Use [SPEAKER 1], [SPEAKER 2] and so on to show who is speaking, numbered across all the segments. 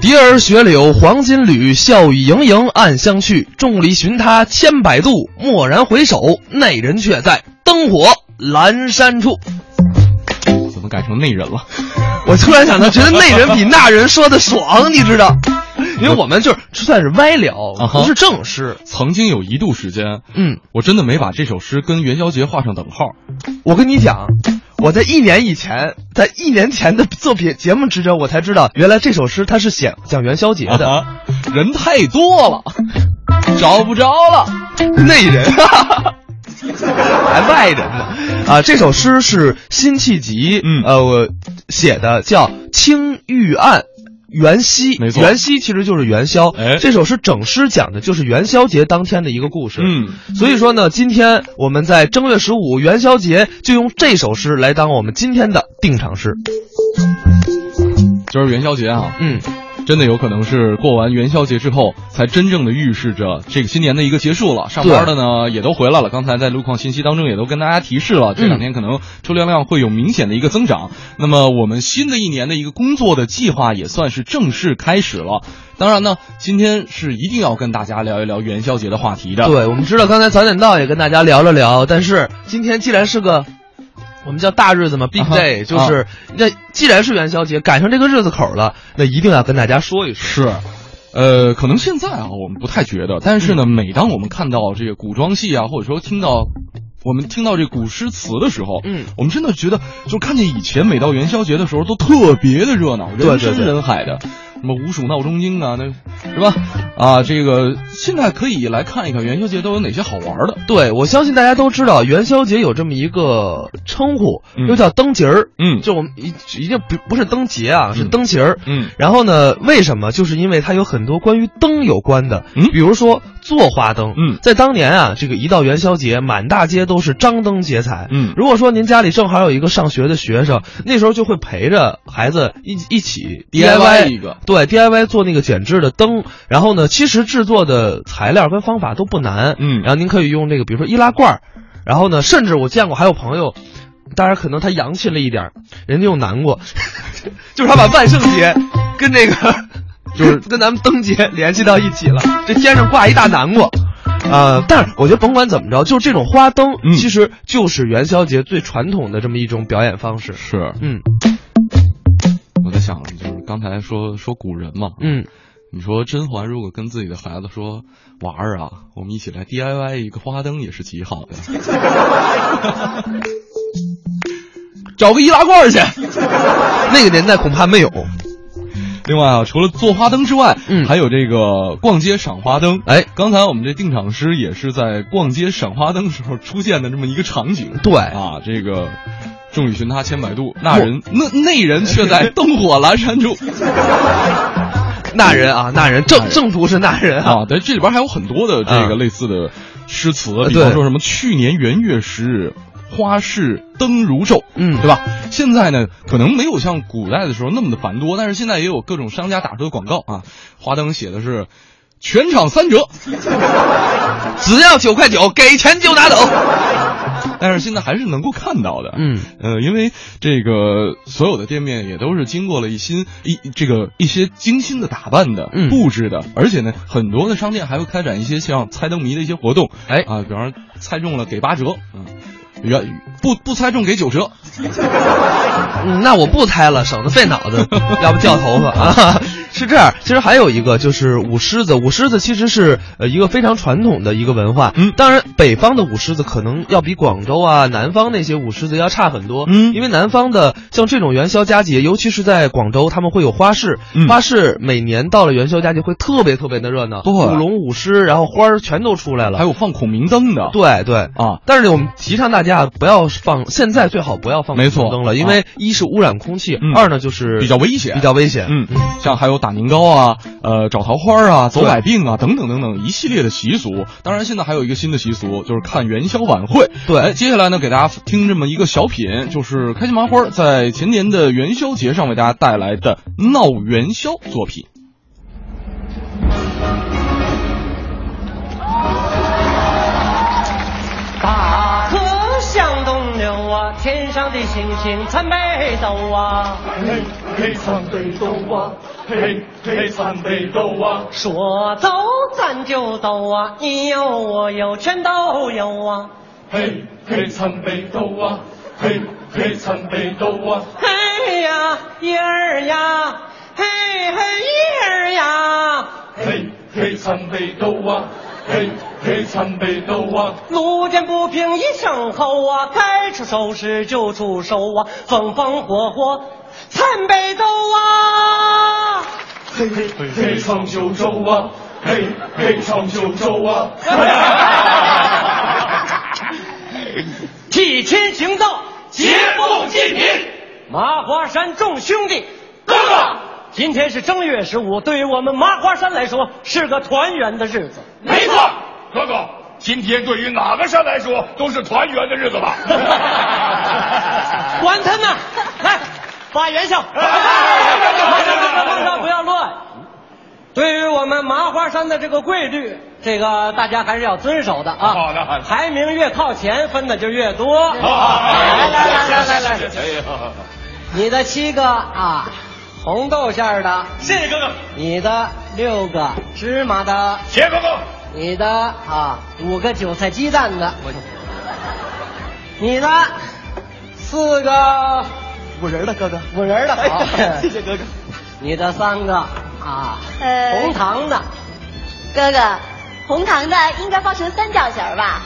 [SPEAKER 1] 蝶儿雪柳黄金缕，笑语盈盈暗香去。众里寻他千百度，蓦然回首，那人却在灯火阑珊处。
[SPEAKER 2] 怎么改成内人了？
[SPEAKER 1] 我突然想到，觉得那人比那人说的爽，你知道？因为我们就是算是歪聊
[SPEAKER 2] 啊，哈
[SPEAKER 1] 不是正诗。
[SPEAKER 2] 曾经有一度时间，
[SPEAKER 1] 嗯，
[SPEAKER 2] 我真的没把这首诗跟元宵节画上等号。
[SPEAKER 1] 我跟你讲，我在一年以前，在一年前的作品节目之中，我才知道原来这首诗它是写讲元宵节的。
[SPEAKER 2] 啊人太多了，找不着了。
[SPEAKER 1] 内 人，还外人呢。啊，这首诗是辛弃疾，
[SPEAKER 2] 嗯
[SPEAKER 1] 呃，我写的叫《青玉案》。元夕，
[SPEAKER 2] 没错
[SPEAKER 1] 元夕其实就是元宵。
[SPEAKER 2] 哎
[SPEAKER 1] 这首诗整诗讲的就是元宵节当天的一个故事。
[SPEAKER 2] 嗯，
[SPEAKER 1] 所以说呢，今天我们在正月十五元宵节就用这首诗来当我们今天的定场诗。
[SPEAKER 2] 今儿元宵节啊，
[SPEAKER 1] 嗯，
[SPEAKER 2] 真的有可能是过完元宵节之后，才真正的预示着这个新年的一个结束了。上班的呢也都回来了，刚才在路况信息当中也都跟大家提示了，这
[SPEAKER 1] 嗯
[SPEAKER 2] 两天可能车辆量会有明显的一个增长。那么我们新的一年的一个工作的计划也算是正式开始了。当然呢，今天是一定要跟大家聊一聊元宵节的话题的。
[SPEAKER 1] 对，我们知道刚才早点到也跟大家聊了聊，但是今天既然是个。我们叫大日子嘛，Big
[SPEAKER 2] 啊哈
[SPEAKER 1] Day，、就是那、既然是元宵节，赶上这个日子口了，那一定要跟大家说一说。
[SPEAKER 2] 是。呃，可能现在啊，我们不太觉得，但是呢，每当我们看到这个古装戏啊，或者说听到我们听到这古诗词的时候，
[SPEAKER 1] 嗯，
[SPEAKER 2] 我们真的觉得，就看见以前每到元宵节的时候都特别的热闹，
[SPEAKER 1] 对
[SPEAKER 2] 人山
[SPEAKER 1] 对对
[SPEAKER 2] 人海的，什么五鼠闹中京啊，那是吧？啊，这个现在可以来看一看元宵节都有哪些好玩的。
[SPEAKER 1] 对，我相信大家都知道元宵节有这么一个称呼，
[SPEAKER 2] 嗯
[SPEAKER 1] 又叫灯节儿。
[SPEAKER 2] 嗯
[SPEAKER 1] 就我们一一定不不是灯节啊，是
[SPEAKER 2] 嗯
[SPEAKER 1] 灯节儿。
[SPEAKER 2] 嗯
[SPEAKER 1] 然后呢？为什么？就是因为它有很多关于灯有关的，
[SPEAKER 2] 嗯
[SPEAKER 1] 比如说做花灯。
[SPEAKER 2] 嗯
[SPEAKER 1] 在当年啊，这个一到元宵节，满大街都是张灯结彩。
[SPEAKER 2] 嗯
[SPEAKER 1] 如果说您家里正好有一个上学的学生，那时候就会陪着孩子一一起
[SPEAKER 2] DIY 一个
[SPEAKER 1] 对 DIY 做那个剪制的灯。然后呢，其实制作的材料跟方法都不难。
[SPEAKER 2] 嗯
[SPEAKER 1] 然后您可以用这个，比如说易拉罐儿，然后呢，甚至我见过还有朋友。当然，可能他洋气了一点儿，人家用南瓜，就是他把万圣节跟那个就是 跟咱们灯节联系到一起了。这天上挂一大南瓜，呃，但是我觉得甭管怎么着，就是这种花灯，
[SPEAKER 2] 嗯
[SPEAKER 1] 其实就是元宵节最传统的这么一种表演方式。
[SPEAKER 2] 是
[SPEAKER 1] 嗯
[SPEAKER 2] 我在想，就是刚才说说古人嘛，
[SPEAKER 1] 嗯，
[SPEAKER 2] 你说甄嬛如果跟自己的孩子说：“娃儿啊，我们一起来 DIY 一个花灯也是极好 的。”找个易拉罐儿去。
[SPEAKER 1] 那个年代恐怕没有。
[SPEAKER 2] 另外啊，除了做花灯之外，
[SPEAKER 1] 嗯
[SPEAKER 2] 还有这个逛街赏花灯。
[SPEAKER 1] 哎，
[SPEAKER 2] 刚才我们这定场诗也是在逛街赏花灯时候出现的这么一个场景。
[SPEAKER 1] 对，
[SPEAKER 2] 啊，这个众里寻他千百度，那人那那人却 在灯火阑珊处。
[SPEAKER 1] 那人啊，那人正正途是那 人啊。
[SPEAKER 2] 啊，对，这里边还有很多的这个
[SPEAKER 1] 嗯
[SPEAKER 2] 类似的诗词，
[SPEAKER 1] 呃
[SPEAKER 2] 比
[SPEAKER 1] 对
[SPEAKER 2] 方说什么“去年元月十日，花市灯如昼”，
[SPEAKER 1] 嗯
[SPEAKER 2] 对吧？现在呢，可能没有像古代的时候那么的繁多，但是现在也有各种商家打出的广告啊，花灯写的是“全场三折
[SPEAKER 1] 只要九块九，给钱就拿走。”，
[SPEAKER 2] 但是现在还是能够看到的。
[SPEAKER 1] 嗯，
[SPEAKER 2] 呃，因为这个所有的店面也都是经过了一新一这个一些精心的打扮的、
[SPEAKER 1] 嗯
[SPEAKER 2] 布置的，而且呢，很多的商店还会开展一些像猜灯谜的一些活动。
[SPEAKER 1] 哎
[SPEAKER 2] 啊，比方说猜中了给八折，嗯，原不不猜中给九折，
[SPEAKER 1] 嗯，那我不猜了，省得费脑子，要不掉头发啊。 是这样，其实还有一个就是舞狮子，舞狮子其实是呃一个非常传统的一个文化。
[SPEAKER 2] 嗯
[SPEAKER 1] 当然北方的舞狮子可能要比广州啊、南方那些舞狮子要差很多。
[SPEAKER 2] 嗯
[SPEAKER 1] 因为南方的像这种元宵佳节，尤其是在广州，他们会有花市，
[SPEAKER 2] 嗯
[SPEAKER 1] 花市每年到了元宵佳节会特别特别的热闹，
[SPEAKER 2] 对
[SPEAKER 1] 舞龙舞狮，然后花儿全都出来
[SPEAKER 2] 还
[SPEAKER 1] 了。
[SPEAKER 2] 有放孔明灯的。
[SPEAKER 1] 对对。
[SPEAKER 2] 啊，
[SPEAKER 1] 但是呢，我们提倡大家不要放，现在最好不要放
[SPEAKER 2] 没错
[SPEAKER 1] 霓虹灯了，因为一是污染空气，
[SPEAKER 2] 嗯
[SPEAKER 1] 二呢就是
[SPEAKER 2] 比较危险
[SPEAKER 1] 比较危险。
[SPEAKER 2] 嗯，像还有打年糕啊，呃，找桃花啊，走百病啊，等等等等一系列的习俗。当然，现在还有一个新的习俗，就是看元宵晚会。哎，
[SPEAKER 1] 对，
[SPEAKER 2] 接下来呢，给大家听这么一个小品，就是开心麻花在前年的元宵节上为大家带来的闹元宵作品。
[SPEAKER 3] 大河向东流啊，天上的对星星参北斗啊，
[SPEAKER 4] 嘿嘿，三杯豆啊，嘿嘿，三杯豆啊，
[SPEAKER 3] 说走咱就走啊，你有我有全都有啊，
[SPEAKER 4] 嘿嘿，三杯豆啊，嘿嘿，三杯豆啊，
[SPEAKER 3] 嘿呀叶儿呀，嘿嘿叶儿呀，
[SPEAKER 4] 嘿嘿，三杯豆啊，嘿嘿，三杯豆啊，
[SPEAKER 3] 路见不平一声吼啊，该出手时就出手啊，风风火火参北斗啊，
[SPEAKER 4] 嘿嘿嘿，上九州啊，嘿嘿，上九州啊，
[SPEAKER 3] 替天行道，
[SPEAKER 4] 劫富济贫。
[SPEAKER 3] 麻花山众兄弟，
[SPEAKER 4] 哥哥
[SPEAKER 3] 今天是正月十五，对于我们麻花山来说是个团圆的日子。
[SPEAKER 4] 没错，哥哥，今天对于哪个山来说都是团圆的日子吧？
[SPEAKER 3] 管他呢，来发元宵！不要乱。对于我们麻花山的这个规律，这个大家还是要遵守的啊。
[SPEAKER 4] 好的好的
[SPEAKER 3] 排名越靠前，分的就越多。
[SPEAKER 4] 好好好
[SPEAKER 3] 来来来来来来，
[SPEAKER 4] 哎呀，
[SPEAKER 3] 你的七个啊，红豆馅儿的；
[SPEAKER 4] 谢谢哥哥，
[SPEAKER 3] 你的六个芝麻的；
[SPEAKER 4] 谢谢哥哥，
[SPEAKER 3] 你的啊五个韭菜鸡蛋的，你的四个
[SPEAKER 5] 五人的哥哥，
[SPEAKER 3] 五仁儿的，好，
[SPEAKER 5] 谢谢哥哥。
[SPEAKER 3] 你的三个啊
[SPEAKER 6] 呃
[SPEAKER 3] 红糖的，？
[SPEAKER 6] 哥哥，红糖的应该包成三角形儿吧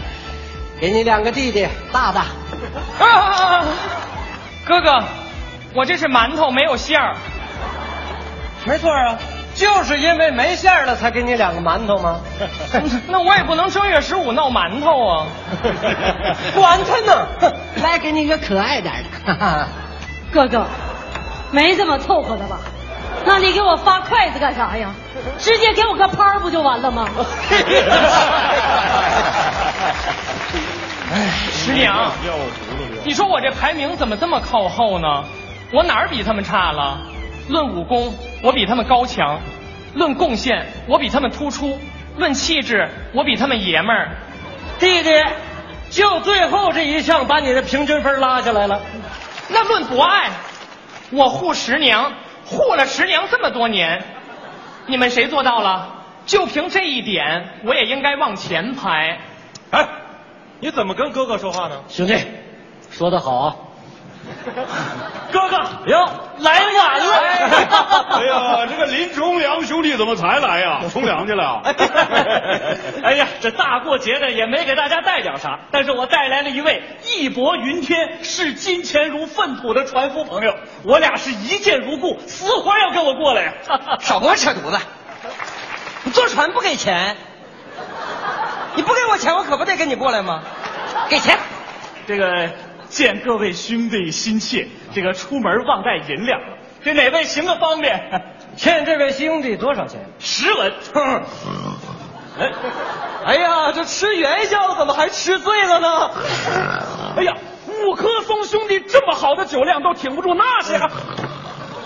[SPEAKER 3] 给你两个弟弟，大大，
[SPEAKER 7] 啊！哥哥，我这是馒头，没有馅儿。
[SPEAKER 3] 没错啊，就是因为没馅儿了才给你两个馒头吗？
[SPEAKER 7] 那我也不能正月十五闹馒头啊！
[SPEAKER 3] 管他呢， 来给你一个可爱点的，
[SPEAKER 8] 哥哥，没这么凑合的吧？那你给我发筷子干啥呀？直接给我个拍儿不就完了吗？
[SPEAKER 7] 师娘，你说我这排名怎么这么靠后呢？我哪儿比他们差了？论武功，我比他们高强；论贡献，我比他们突出；论气质，我比他们爷们儿。
[SPEAKER 3] 弟弟，就最后这一项把你的平均分拉下来了。
[SPEAKER 7] 那论博爱，我护十娘，护了十娘这么多年，你们谁做到了？就凭这一点，我也应该往前排。
[SPEAKER 4] 哎，你怎么跟哥哥说话呢？
[SPEAKER 3] 兄弟，说得好啊！
[SPEAKER 4] 哥哥，
[SPEAKER 3] 哟，来晚了。
[SPEAKER 4] 哎呀，这个林重良兄弟怎么才来呀？冲凉去了啊？
[SPEAKER 7] 哎呀，这大过节的也没给大家带点啥，但是我带来了一位义薄云天、视金钱如粪土的船夫朋友，我俩是一见如故，死活要跟我过来呀、
[SPEAKER 3] 少跟我扯犊子！你坐船不给钱，你不给我钱，我可不得跟你过来吗？给钱，
[SPEAKER 7] 这个见各位兄弟心切，这个出门忘带银两了，给哪位行个方便？
[SPEAKER 3] 欠这位兄弟多少钱？
[SPEAKER 7] 十文。
[SPEAKER 3] 哎呀，这吃元宵怎么还吃醉了呢？
[SPEAKER 7] 哎呀，五棵松兄弟这么好的酒量都挺不住那些。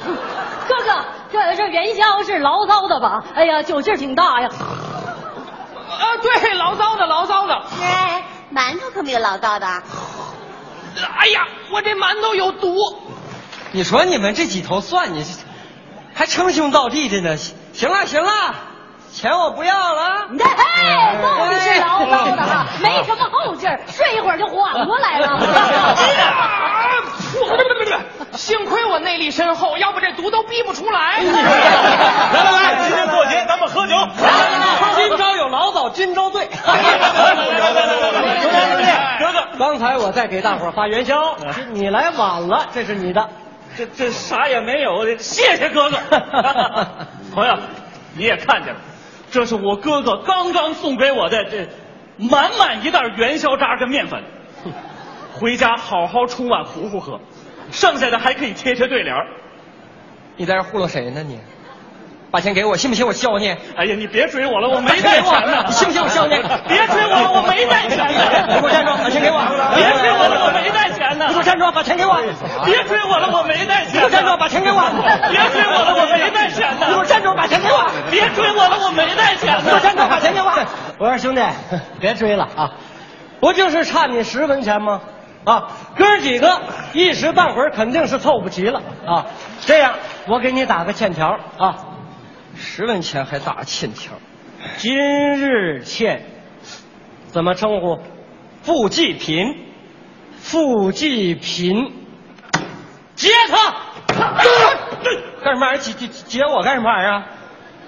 [SPEAKER 8] 哥哥，这这元宵是醪糟的吧？哎呀，酒劲儿挺 大呀。
[SPEAKER 7] 啊，对，醪糟的，醪糟的。
[SPEAKER 6] 哎，馒头可没有老道的啊。
[SPEAKER 7] 哎呀，我这馒头有毒。
[SPEAKER 3] 你说你们这几头蒜，你这还称兄道弟的呢？行了行了，钱我不要了。
[SPEAKER 8] 你看，哎，到底是醪糟的哈，
[SPEAKER 3] 哎
[SPEAKER 8] 没什么后劲儿，睡一会儿就缓过来
[SPEAKER 7] 哎呀
[SPEAKER 8] 了。
[SPEAKER 7] 啊噗不不不不不幸亏我内力深厚，要不这毒都逼不出 来。
[SPEAKER 3] 来来来
[SPEAKER 4] 今天过节咱们喝酒。
[SPEAKER 3] 今朝有老早今朝醉。
[SPEAKER 4] 哥哥，
[SPEAKER 3] 刚才我在给大伙儿发元宵，你来晚了，这是你的。
[SPEAKER 7] 这这啥也没有，谢谢哥 哥。朋友，你也看见了，这是我哥哥刚刚送给我的这满满一袋元宵渣跟面粉，回家好好冲碗糊糊喝，剩下的还可以贴贴对联儿。
[SPEAKER 3] 你在这糊弄谁呢你？把钱给我，信不信我削你？
[SPEAKER 7] 哎呀，你别追我了，我没带钱呢。
[SPEAKER 3] 你信不信我削你？
[SPEAKER 7] 别追我了，我没带钱呢。
[SPEAKER 3] 你给我站住！把钱给我！
[SPEAKER 7] 别追我了，我没带钱呢
[SPEAKER 3] 你给。我站住！把钱给我！
[SPEAKER 7] 别追我了，我没带
[SPEAKER 3] 你
[SPEAKER 7] 钱
[SPEAKER 3] 给我
[SPEAKER 7] 呢。
[SPEAKER 3] 站住！把钱给我！
[SPEAKER 7] 别追我了，我没带钱呢。
[SPEAKER 3] 你给我站住！把钱给我！
[SPEAKER 7] 别追我了，我没带钱
[SPEAKER 3] 给我站住！把钱给我！我说兄弟，别追了啊！不就是差你十文钱吗？啊，哥儿几个一时半会儿肯定是凑不齐了啊。这样，我给你打个欠条啊，十文钱还打欠条，今日欠，怎么称呼？付继贫，付继贫，劫他！ 干什么玩哎意儿？劫劫劫我干什么玩意儿啊？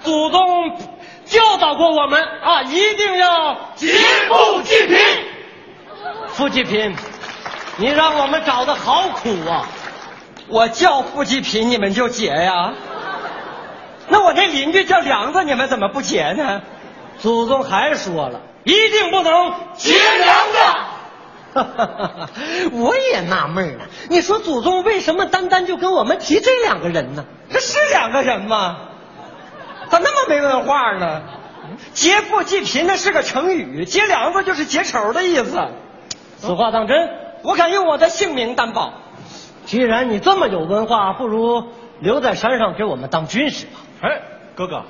[SPEAKER 3] 祖宗教导过我们啊，一定要劫富济贫。付继贫，你让我们找的好苦啊！我叫付继贫，你们就解呀？那我那邻居叫梁子，你们怎么不解呢？祖宗还说了，一定不能结梁子。 我也纳闷了，你说祖宗为什么单单就跟我们提这两个人呢？这是两个人吗？咋那么没文化呢？劫富济贫那是个成语，劫梁子就是结仇的意思。此话当真？我敢用我的性命担保。既然你这么有文化，不如留在山上给我们当军师吧。
[SPEAKER 5] 哎，哥哥，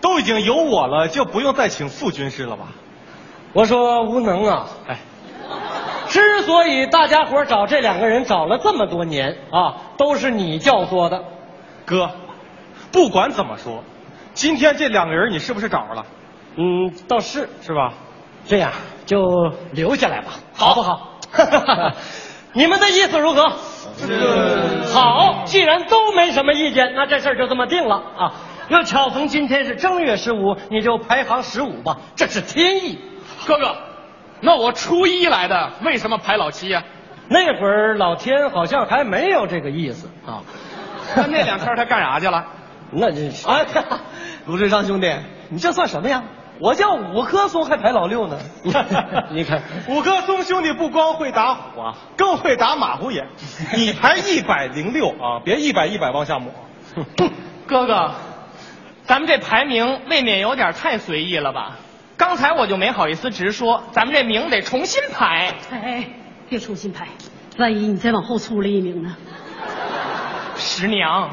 [SPEAKER 5] 都已经有我了，就不用再请副军师了吧？
[SPEAKER 3] 我说无能啊！哎，之所以大家伙儿找这两个人找了这么多年啊，都是你教唆的。
[SPEAKER 5] 哥，不管怎么说，今天这两个人你是不是找着了？
[SPEAKER 3] 嗯，倒是
[SPEAKER 5] 是吧？
[SPEAKER 3] 这样，就留下来吧，好不好？ 你们的意思如何？好，既然都没什么意见，那这事儿就这么定了啊。又巧逢今天是正月十五，你就排行十五吧，这是天意。
[SPEAKER 4] 哥哥，那我初一来的，为什么排老七呀、
[SPEAKER 3] 那会儿老天好像还没有这个意思啊。
[SPEAKER 4] 那那两天他干啥去了？
[SPEAKER 3] 那真是啊！
[SPEAKER 5] 鲁智深兄弟，
[SPEAKER 3] 你这算什么呀？我叫五棵松还排老六呢。 你 看，
[SPEAKER 5] 五棵松兄弟不光会打虎啊，更会打马虎眼。你排一百零六啊，别一百一百往下抹。
[SPEAKER 9] 哥哥，咱们这排名未免有点太随意了吧？刚才我就没好意思直说，咱们这名得重新排。
[SPEAKER 8] 哎哎，别重新排，万一你再往后出了一名呢？
[SPEAKER 9] 十娘，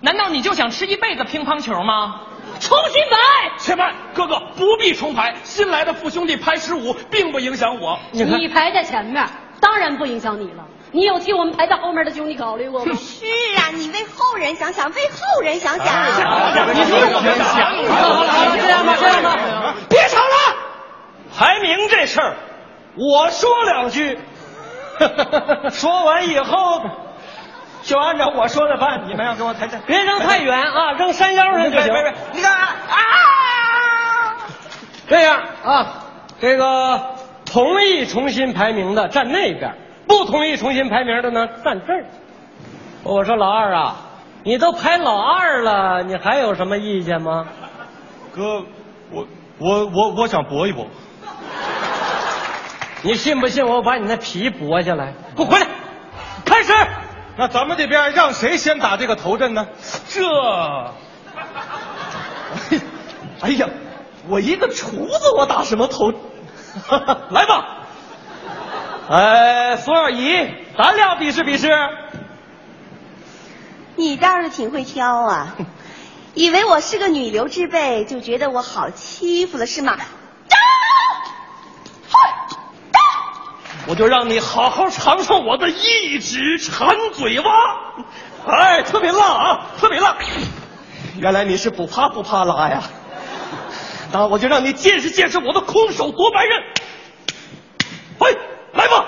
[SPEAKER 9] 难道你就想吃一辈子乒乓球吗？
[SPEAKER 8] 重新排，
[SPEAKER 4] 且慢，哥哥不必重排，新来的父兄弟排十五，并不影响我。
[SPEAKER 3] 你看
[SPEAKER 8] 你排在前面，当然不影响你了。你有替我们排在后面的兄弟考虑过吗？
[SPEAKER 6] 是啊，你为后人想想，为后人想
[SPEAKER 5] 哎
[SPEAKER 6] 想。
[SPEAKER 4] 哎 你
[SPEAKER 3] 我们哎想 好了好了，这样吧，这样吧，别吵了。排名这事儿，我说两 句， 说完以后就按照我说的办。你们要给我抬抬，别扔太远啊，扔山腰上
[SPEAKER 4] 哎
[SPEAKER 3] 就行。别别，你看啊，这样啊，这个同意重新排名的站那边，不同意重新排名的呢站这儿。我说老二啊，你都排老二了，你还有什么意见吗？
[SPEAKER 5] 哥，我我我我想搏一搏。
[SPEAKER 3] 你信不信我把你那皮剥下来？给我回来！开始。
[SPEAKER 5] 那咱们这边让谁先打这个头阵呢？
[SPEAKER 3] 这，
[SPEAKER 5] 哎呀，
[SPEAKER 3] 我一个厨子，我打什么头？来吧。哎，苏小姨，咱俩比试比试。
[SPEAKER 6] 你倒是挺会挑啊，以为我是个女流之辈，就觉得我好欺负了是吗？
[SPEAKER 3] 我就让你好好尝尝我的一指馋嘴蛙。哎，特别辣啊，特别辣。原来你是不怕不怕辣呀？那我就让你见识见识我的空手夺白刃。嘿，来吧！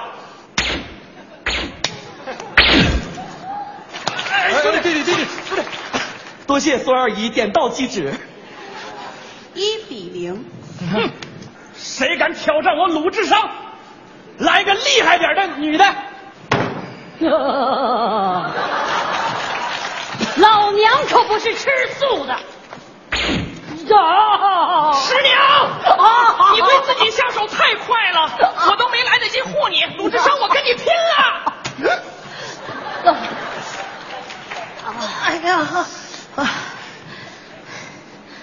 [SPEAKER 3] 哎，兄弟，弟弟，弟弟，兄弟，多谢苏二姨点到即止。
[SPEAKER 6] 一比零，
[SPEAKER 3] 谁敢挑战我鲁智深？来个厉害点的女的！
[SPEAKER 8] 老娘可不是吃素的。呀！
[SPEAKER 9] 十娘，你对自己下手太快了，我都没来得及护你，鲁智深，我跟你拼了！
[SPEAKER 6] 哎呀，啊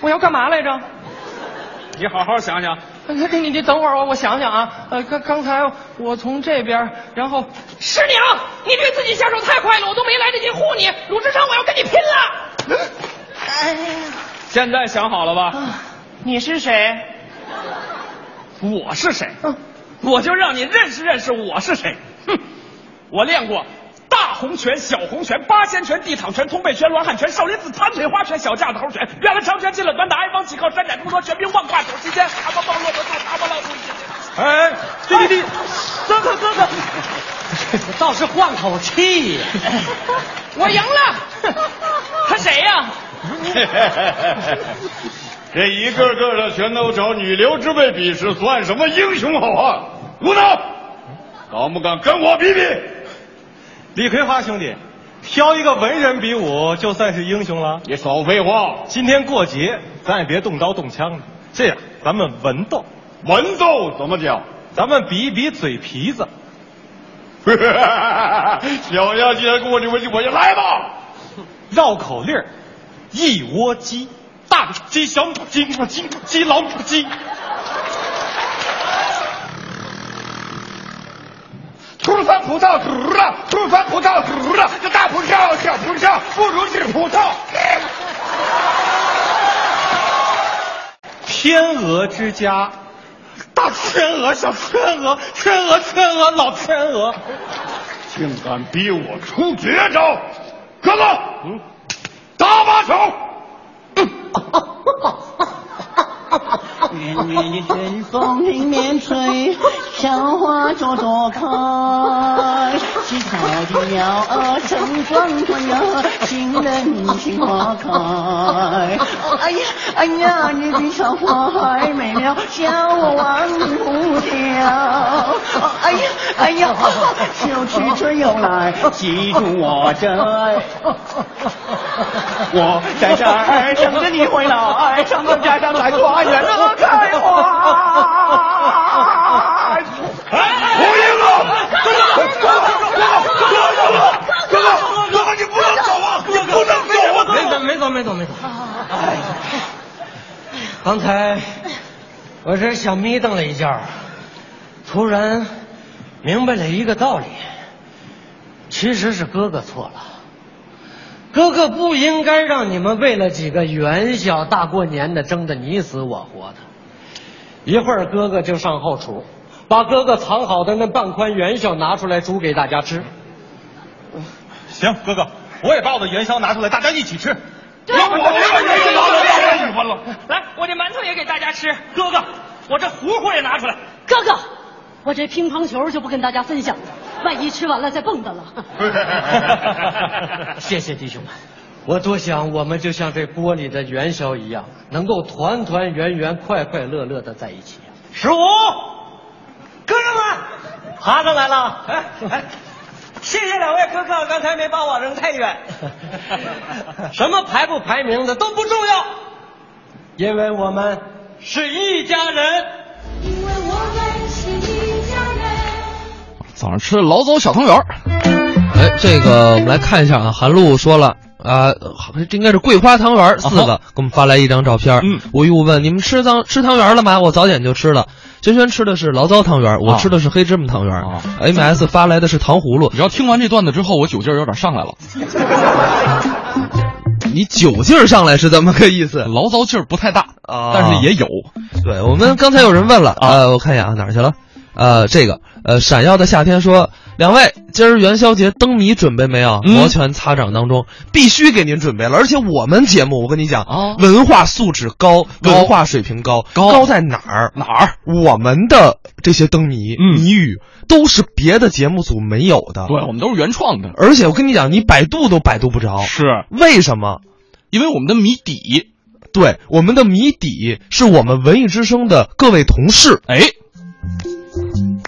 [SPEAKER 9] 我要干嘛来着？
[SPEAKER 4] 你好好想想，
[SPEAKER 9] 那你你等会儿，我我想想啊，呃，刚刚才我从这边，然后师娘，你对自己下手太快了，我都没来得及护你，鲁智深，我要跟你拼了！
[SPEAKER 6] 哎呀，
[SPEAKER 4] 现在想好了吧？
[SPEAKER 9] 你是谁？
[SPEAKER 4] 我是谁？我就让你认识认识我是谁。哼，
[SPEAKER 9] 我练过大红拳、小红拳、八仙拳、地躺拳、通背拳、罗汉拳、少林寺盘腿花拳、小架子猴拳、原来长拳、金了短打、挨帮起靠、山展中说、拳兵万胯、手击肩、蛤蟆抱骆驼、大蛤蟆浪头
[SPEAKER 5] 哎，这这这，
[SPEAKER 9] 哥哥哥哥，
[SPEAKER 3] 倒是换口气呀。
[SPEAKER 9] 我赢 了。他谁呀、
[SPEAKER 4] 这一个个的全都找女流之辈比试，算什么英雄好啊汉？无能，敢不敢跟我比比？
[SPEAKER 5] 李葵花兄弟，挑一个文人比武，就算是英雄了。
[SPEAKER 4] 你少废话，
[SPEAKER 5] 今天过节，咱也别动刀动枪的。这样，咱们文斗，
[SPEAKER 4] 文斗怎么讲？
[SPEAKER 5] 咱们比一比嘴皮子。
[SPEAKER 4] 小丫既然跟我这么近，我就来吧。
[SPEAKER 5] 绕口令儿一窝鸡，大母鸡、小母鸡、母鸡、母鸡、老母鸡。
[SPEAKER 4] 土酸葡萄土啊，土酸葡萄土啊，这大葡萄小葡萄不如是葡萄。
[SPEAKER 5] 天鹅之家，大天鹅、小天鹅、天鹅、天鹅、老天鹅。
[SPEAKER 4] 竟敢逼我出绝招！哥哥，嗯，搭把手。
[SPEAKER 10] 远远的春风迎面吹，小花朵朵开，乞巧的鸟儿成双对啊，情人情花开。哎呀哎呀，你的小花还美妙，叫我忘不掉。哎呀哎呀，秋去春又来，记住我这爱。我在这儿等着你回来，上个家长来花园乐开花。
[SPEAKER 4] 我赢了！哥哥，哥哥，哥哥，哥哥，哥哥，你不能走啊！你不能走啊！
[SPEAKER 3] 没走，没走，没走，没走。哎呀，刚才我这小眯瞪了一下，突然明白了一个道理，其实是哥哥错了。哥哥不应该让你们为了几个元宵大过年的争得你死我活的。一会儿哥哥就上后厨，把哥哥藏好的那半筐元宵拿出来煮给大家吃。
[SPEAKER 5] 行，哥哥，我也把我的元宵拿出来，大家一起吃。
[SPEAKER 4] 让我赢了，你赢了，太喜欢了。
[SPEAKER 9] 来，我这馒头也给大家吃。哥哥，我这糊糊也拿出来。
[SPEAKER 8] 哥哥，我这乒乓球就不跟大家分享了，万一吃完了再蹦跶了。
[SPEAKER 3] 谢谢弟兄们，我多想我们就像这锅里的元宵一样，能够团团圆圆、快快乐乐的在一起。十五，哥哥们，爬上来了。
[SPEAKER 9] 哎哎，谢谢两位哥哥，刚才没把我扔太 远。
[SPEAKER 3] 什么排不排名的都不重要，因为我们是一家人。
[SPEAKER 11] 因为我们是一家人。
[SPEAKER 2] 早上吃的醪糟小汤圆儿，
[SPEAKER 1] 哎，这个我们来看一下啊，韩露说了。啊，好这应该是桂花汤圆儿四个，给我们发来一张照片。
[SPEAKER 2] 啊嗯，
[SPEAKER 1] 吴玉问你们吃汤吃汤圆了吗？我早点就吃了。轩轩吃的是醪糟汤圆儿，我
[SPEAKER 2] 啊
[SPEAKER 1] 吃的是黑芝麻汤圆儿。
[SPEAKER 2] 啊
[SPEAKER 1] M S 发来的是糖葫芦
[SPEAKER 2] 你，知道听完这段子之后，我酒劲儿有点上 来了，
[SPEAKER 1] 你酒劲儿上来是怎么个意思？
[SPEAKER 2] 醪糟劲儿不太大
[SPEAKER 1] 啊
[SPEAKER 2] 但是也有。
[SPEAKER 1] 对我们刚才有人问了，呃，我看一眼啊，哪儿去了？呃，这个，呃，闪耀的夏天说，两位今儿元宵节灯谜准备没有？
[SPEAKER 2] 嗯
[SPEAKER 1] 摩拳擦掌当中，必须给您准备了。而且我们节目，我跟你讲，
[SPEAKER 2] 哦
[SPEAKER 1] 文化素质高，
[SPEAKER 2] 高
[SPEAKER 1] 文化水平高，
[SPEAKER 2] 高
[SPEAKER 1] 在哪儿？
[SPEAKER 2] 哪儿？
[SPEAKER 1] 我们的这些灯谜、
[SPEAKER 2] 嗯
[SPEAKER 1] 谜语都是别的节目组没有的。
[SPEAKER 2] 对，我们都是原创的，
[SPEAKER 1] 而且我跟你讲，你百度都百度不着，
[SPEAKER 2] 是
[SPEAKER 1] 为什么？
[SPEAKER 2] 因为我们的谜底，
[SPEAKER 1] 对，我们的谜底是我们文艺之声的各位同事
[SPEAKER 2] 哎，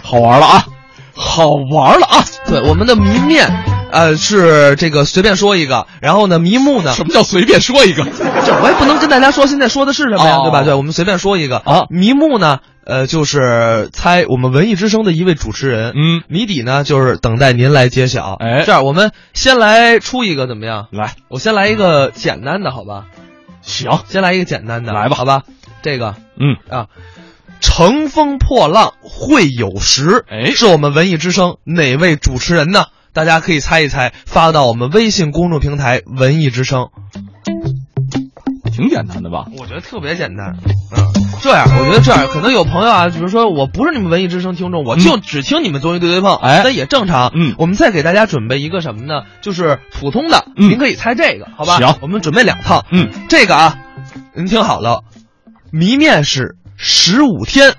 [SPEAKER 2] 好玩了啊，好玩了啊！
[SPEAKER 1] 对，我们的谜面，呃，是这个随便说一个，然后呢，谜目呢，
[SPEAKER 2] 什么叫随便说一个？
[SPEAKER 1] 这我也不能跟大家说现在说的是什么呀，
[SPEAKER 2] 哦
[SPEAKER 1] 对吧？对，我们随便说一个
[SPEAKER 2] 啊
[SPEAKER 1] 谜目呢，呃，就是猜我们文艺之声的一位主持人，
[SPEAKER 2] 嗯
[SPEAKER 1] 谜底呢就是等待您来揭晓。
[SPEAKER 2] 哎
[SPEAKER 1] 这样我们先来出一个怎么样？
[SPEAKER 2] 来，
[SPEAKER 1] 我先来一个简单的，好吧？
[SPEAKER 2] 行，
[SPEAKER 1] 先来一个简单的，
[SPEAKER 2] 来吧
[SPEAKER 1] 好吧？这个
[SPEAKER 2] 嗯，
[SPEAKER 1] 啊。乘风破浪会有时，
[SPEAKER 2] 哎
[SPEAKER 1] 是我们文艺之声哪位主持人呢？大家可以猜一猜，发到我们微信公众平台“文艺之声
[SPEAKER 2] 挺简单的吧？
[SPEAKER 1] 我觉得特别简单。嗯，这样，我觉得这样，可能有朋友啊，比如说我不是你们文艺之声听众，我就只听你们综艺对对碰，嗯哎，那也正常。嗯，我们再给大家准备一个什么呢？就是普通的，您可以猜这个，好吧？
[SPEAKER 2] 行
[SPEAKER 1] 我们准备两套。嗯，这个啊，您听好了，谜面是十五天，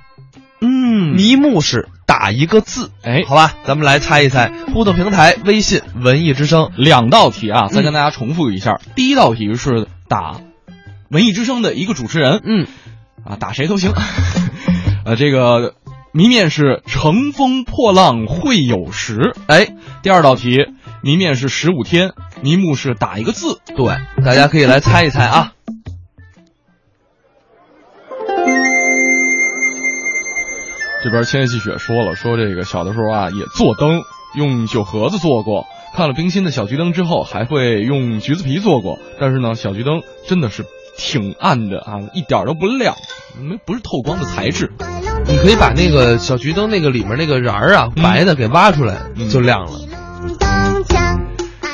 [SPEAKER 1] 嗯，谜目是打一个字，
[SPEAKER 2] 哎，
[SPEAKER 1] 好吧，咱们来猜一猜。互动平台微信文艺之声
[SPEAKER 2] 两道题啊，再跟大家重复一下，第一道题是打文艺之声的一个主持人，
[SPEAKER 1] 嗯，
[SPEAKER 2] 啊，打谁都行。 呃，这个谜面是乘风破浪会有时，
[SPEAKER 1] 哎，
[SPEAKER 2] 第二道题谜面是十五天，谜目是打一个字，
[SPEAKER 1] 对，大家可以来猜一猜啊。
[SPEAKER 2] 这边千叶细雪说了，说这个小的时候啊也做灯，用酒盒子做过。看了冰心的小桔灯之后，还会用橘子皮做过。但是呢，小桔灯真的是挺暗的啊，一点儿都不亮，没不是透光的材质。
[SPEAKER 1] 你可以把那个小桔灯那个里面那个瓤儿啊，白的给挖出来，就亮了。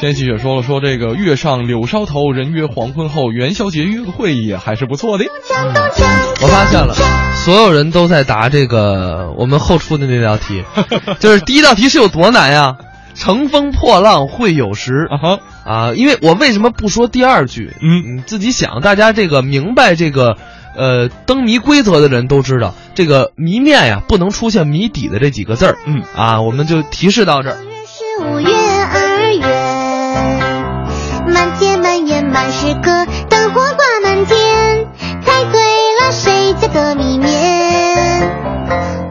[SPEAKER 2] 千叶细雪说了，说这个月上柳梢头，人约黄昏后，元宵节约个会也还是不错的。
[SPEAKER 1] 我发现了，所有人都在答这个我们后出的那道 题，就是第一道题是有多难呀？乘风破浪会有时啊，因为我为什么不说第二句？嗯，你自己想，大家这个明白这个。呃，灯谜规则的人都知道，这个谜面呀不能出现谜底的这几个字儿。
[SPEAKER 2] 嗯
[SPEAKER 1] 啊，我们就提示到这儿。
[SPEAKER 12] 五月二月，满天满园满是歌，灯火挂满天，猜对了谁家的谜面。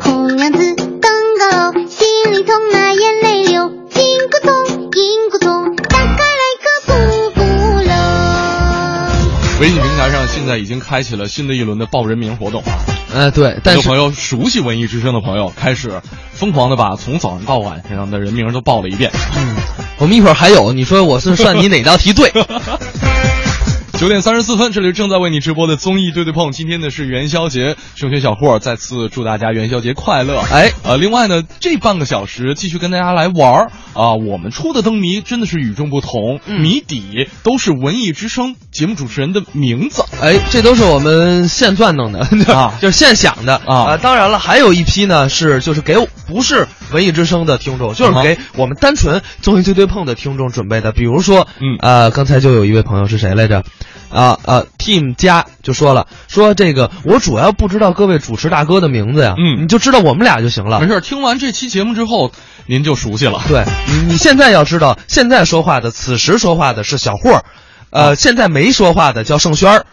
[SPEAKER 12] 红娘子刚刚哦，心里痛啊眼泪流，金箍痛银箍痛，大嘎来个不不漏。
[SPEAKER 2] 微信平台上现在已经开启了新的一轮的报人名活动。
[SPEAKER 1] 呃，对，
[SPEAKER 2] 但是朋友熟悉文艺之声的朋友开始疯狂的把从早上到晚上的人名都报了一遍。
[SPEAKER 1] 嗯，我们一会儿还有，你说我是算你哪道题 对？
[SPEAKER 2] 九点三十四分，这里正在为你直播的综艺对对碰。今天呢是元宵节，升学小霍再次祝大家元宵节快乐。
[SPEAKER 1] 哎，
[SPEAKER 2] 呃，另外呢，这半个小时继续跟大家来玩儿啊、我们出的灯谜真的是与众不同，
[SPEAKER 1] 嗯
[SPEAKER 2] 谜底都是文艺之声节目主持人的名字。
[SPEAKER 1] 哎，这都是我们现钻弄的啊， 就是现想的啊、呃当然了，还有一批呢是就是给我不是文艺之声的听众，就是给我们单纯综艺对对碰的听众准备的。比如说，嗯，呃，刚才就有一位朋友是谁来着？啊呃，Team 加就说了，说这个我主要不知道各位主持大哥的名字呀，嗯，你就知道我们俩就行了。
[SPEAKER 2] 没事，听完这期节目之后，您就熟悉了。
[SPEAKER 1] 啊对，你你现在要知道，现在说话的，此时说话的是小霍儿，呃，现在没说话的叫盛轩儿，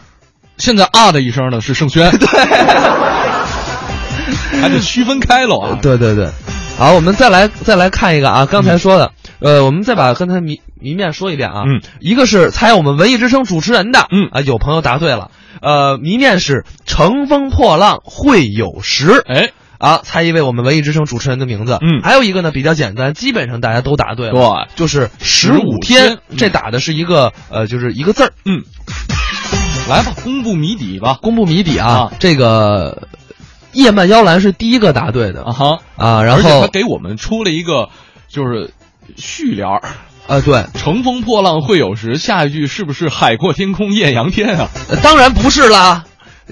[SPEAKER 2] 现在啊的一声呢是盛轩，
[SPEAKER 1] 对，
[SPEAKER 2] 还得区分开喽啊。
[SPEAKER 1] 对对对，好，我们再来再来看一个啊，刚才说的，呃，我们再把刚才谜谜面说一遍啊，嗯，一个是猜我们文艺之声主持人的，嗯啊，有朋友答对了，呃，谜面是乘风破浪会有时，
[SPEAKER 2] 哎。
[SPEAKER 1] 啊，猜一位我们文艺之声主持人的名字。嗯，还有一个呢比较简单，基本上大家都答对了。
[SPEAKER 2] 对，
[SPEAKER 1] 就是十五天，嗯这打的是一个呃，就是一个字儿。
[SPEAKER 2] 嗯，来吧，公布谜底吧，
[SPEAKER 1] 公布谜底啊，这个叶曼妖兰是第一个答对的
[SPEAKER 2] 啊哈
[SPEAKER 1] 啊，然
[SPEAKER 2] 而且
[SPEAKER 1] 后
[SPEAKER 2] 他给我们出了一个就是序联儿。
[SPEAKER 1] 啊，对，
[SPEAKER 2] 乘风破浪会有时，下一句是不是海阔天空艳阳天啊？
[SPEAKER 1] 呃当然不是啦，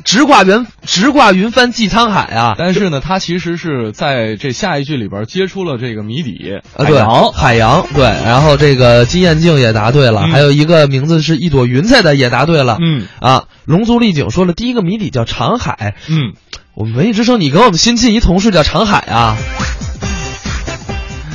[SPEAKER 1] 直挂云直挂云帆济沧海 啊。
[SPEAKER 2] 但是呢，他其实是在这下一句里边接出了这个谜底，
[SPEAKER 1] 啊，
[SPEAKER 2] 哎海
[SPEAKER 1] 对，
[SPEAKER 2] 洋
[SPEAKER 1] 海洋，对，然后这个金燕静也答对了，还有一个名字是一朵云彩的也答对了，
[SPEAKER 2] 嗯，
[SPEAKER 1] 啊，龙族丽景说了，第一个谜底叫长海，
[SPEAKER 2] 嗯，
[SPEAKER 1] 我们文艺之声，你跟我们新晋一同事叫长海啊，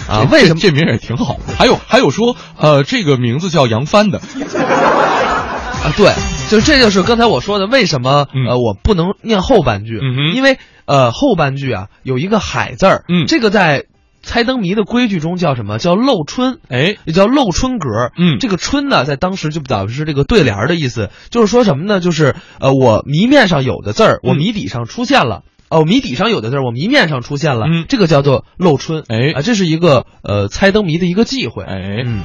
[SPEAKER 1] 啊，
[SPEAKER 2] 这
[SPEAKER 1] 为什么
[SPEAKER 2] 这名儿也挺好？还有还有说，呃，这个名字叫杨帆的，
[SPEAKER 1] 啊，对，就这就是刚才我说的，为什么、
[SPEAKER 2] 嗯
[SPEAKER 1] 呃我不能念后半句？因为呃后半句啊有一个海字儿，嗯，这个在。猜灯谜的规矩中叫什么？叫漏春，
[SPEAKER 2] 哎，
[SPEAKER 1] 也叫漏春格。
[SPEAKER 2] 嗯，
[SPEAKER 1] 这个春呢，在当时就表示这个对联儿的意思，就是说什么呢？就是呃，我谜面上有的字儿，我
[SPEAKER 2] 嗯
[SPEAKER 1] 谜底上出现了；哦，谜底上有的字儿，我谜面上出现了。嗯，这个叫做漏春。
[SPEAKER 2] 哎，
[SPEAKER 1] 啊，这是一个呃猜灯谜的一个忌讳。
[SPEAKER 2] 哎，
[SPEAKER 1] 嗯。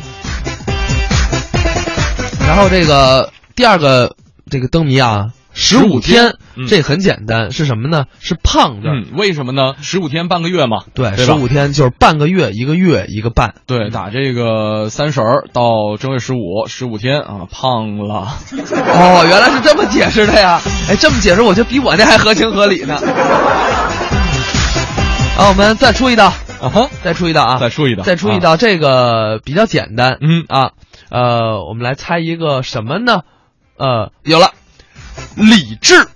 [SPEAKER 1] 然后这个第二个这个灯谜啊，十五天
[SPEAKER 2] 嗯，
[SPEAKER 1] 这很简单，是什么呢？是胖字儿。
[SPEAKER 2] 嗯，为什么呢？十五天半个月嘛，
[SPEAKER 1] 对，
[SPEAKER 2] 对
[SPEAKER 1] 十
[SPEAKER 2] 吧
[SPEAKER 1] 五天就是半个月，一个月一个半。
[SPEAKER 2] 对，打这个三十儿到正月十五，十五天啊，胖了。
[SPEAKER 1] 哦，原来是这么解释的呀！哎，这么解释，我觉得比我那还合情合理呢。啊，我们再出一道， 啊
[SPEAKER 2] 哈，
[SPEAKER 1] 再出一道啊，
[SPEAKER 2] 再出一道
[SPEAKER 1] 再出一道，这个比较简单，嗯啊，呃，我们来猜一个什么呢？呃，有了，理智，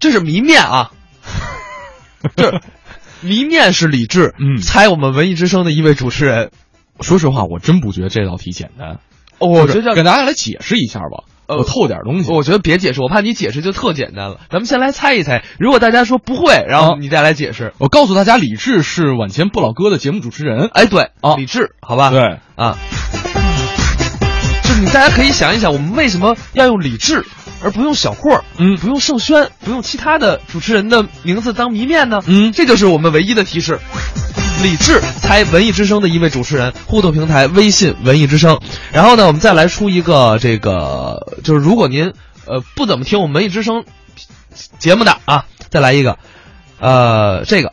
[SPEAKER 1] 这是谜面 啊，这谜面是理智，嗯，猜我们文艺之声的一位主持人，
[SPEAKER 2] 说实话，我真不觉得这道题简单。
[SPEAKER 1] 哦我
[SPEAKER 2] 就是
[SPEAKER 1] 觉得
[SPEAKER 2] 给大家来解释一下吧，
[SPEAKER 1] 呃
[SPEAKER 2] 我透点东西。
[SPEAKER 1] 我觉得别解释，我怕你解释就特简单了。咱们先来猜一猜，如果大家说不会，然后你再来解释。
[SPEAKER 2] 啊我告诉大家，哦李志是晚前不老歌的节目主持人。哦
[SPEAKER 1] 哎，对，啊，李志，好吧，
[SPEAKER 2] 对
[SPEAKER 1] 啊，就是你大家可以想一想，我们为什么要用李志，而不用小霍，
[SPEAKER 2] 嗯，
[SPEAKER 1] 不用盛轩，不用其他的主持人的名字当谜面呢？
[SPEAKER 2] 嗯，
[SPEAKER 1] 这就是我们唯一的提示。李志，猜文艺之声的一位主持人，互动平台微信文艺之声。然后呢，我们再来出一个这个，就是如果您呃不怎么听我们文艺之声节目的啊，再来一个，呃，这个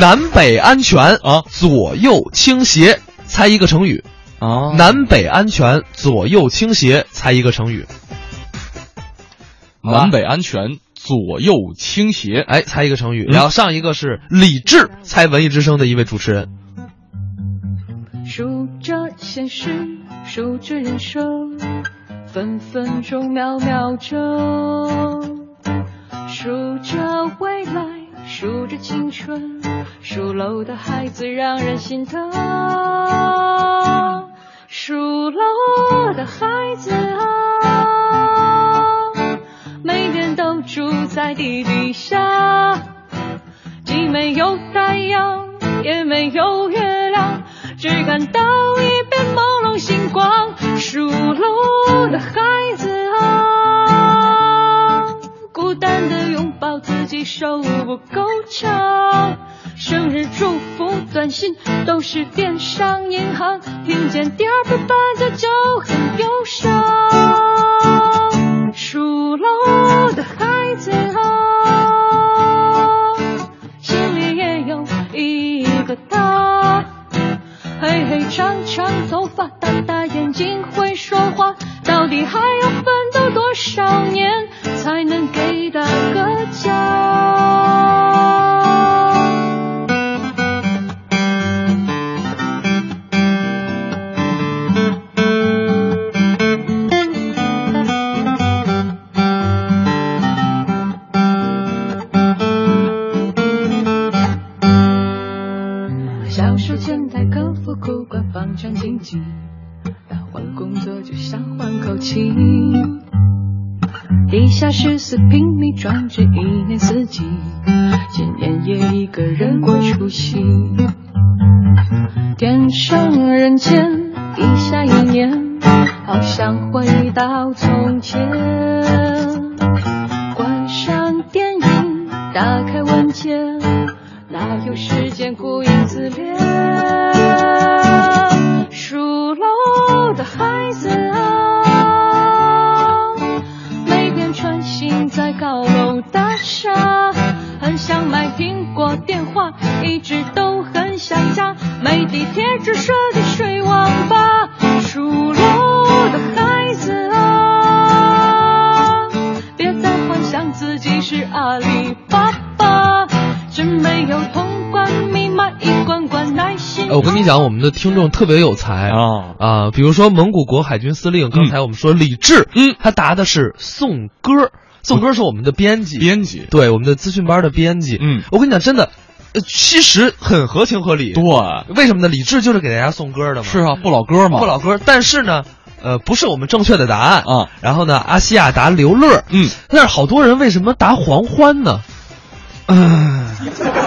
[SPEAKER 1] 南北安全啊，左右倾斜，猜一个成语
[SPEAKER 2] 啊。
[SPEAKER 1] 南北安全，左右倾斜，猜一个成语。
[SPEAKER 2] 南北安全，左右倾斜。
[SPEAKER 1] 哎，猜一个成语。然后上一个是李志，猜文艺之声的一位主持人。
[SPEAKER 13] 数着现实，数着人生，分分钟秒秒钟，数着未来，数着青春，数楼的孩子让人心疼。数落的孩子啊，每天都住在地底下，既没有太阳，也没有月亮，只看到一片朦胧星光。数落的孩子啊，孤单的拥抱自己，手不够长。生日祝福短信都是电商银行，听见第二遍伴奏就很忧伤。数落的孩子啊，心里也有一个他。黑黑长长头发，大大眼睛，会说话，到底还要奋斗多少年才能给到个家？小时候前台客服苦瓜房产经济，要换工作就想换口气。地下室四平米装置一年四季，今年也一个人过除夕。天上人间，一下一年，好想回到从前。关上电影，打开文件。哪有时间顾影自怜？数落的孩子啊，每天穿行在高楼大厦，很想买苹果电话，一直都很想家，没地铁只设计睡网吧。数落的孩子啊，别再幻想自己是阿里巴巴，真没有通关密码，一关关耐心。
[SPEAKER 1] 呃，我跟你讲，我们的听众特别有
[SPEAKER 2] 哎
[SPEAKER 1] 才啊啊、比如说蒙古国海军司令，刚才我们说李志，嗯，他答的是宋歌，宋歌是我们的编辑，
[SPEAKER 2] 编辑，
[SPEAKER 1] 对，我们的资讯班的编辑，嗯，我跟你讲，真的。呃，其实很合情合理，对，为什么呢？李志就是给大家送歌的嘛，是
[SPEAKER 2] 啊，不老歌嘛
[SPEAKER 1] 不老歌。但是呢，呃，不是我们正确的答案啊。然后呢，阿西亚答刘乐，嗯，但是好多人为什么答黄欢呢？嗯、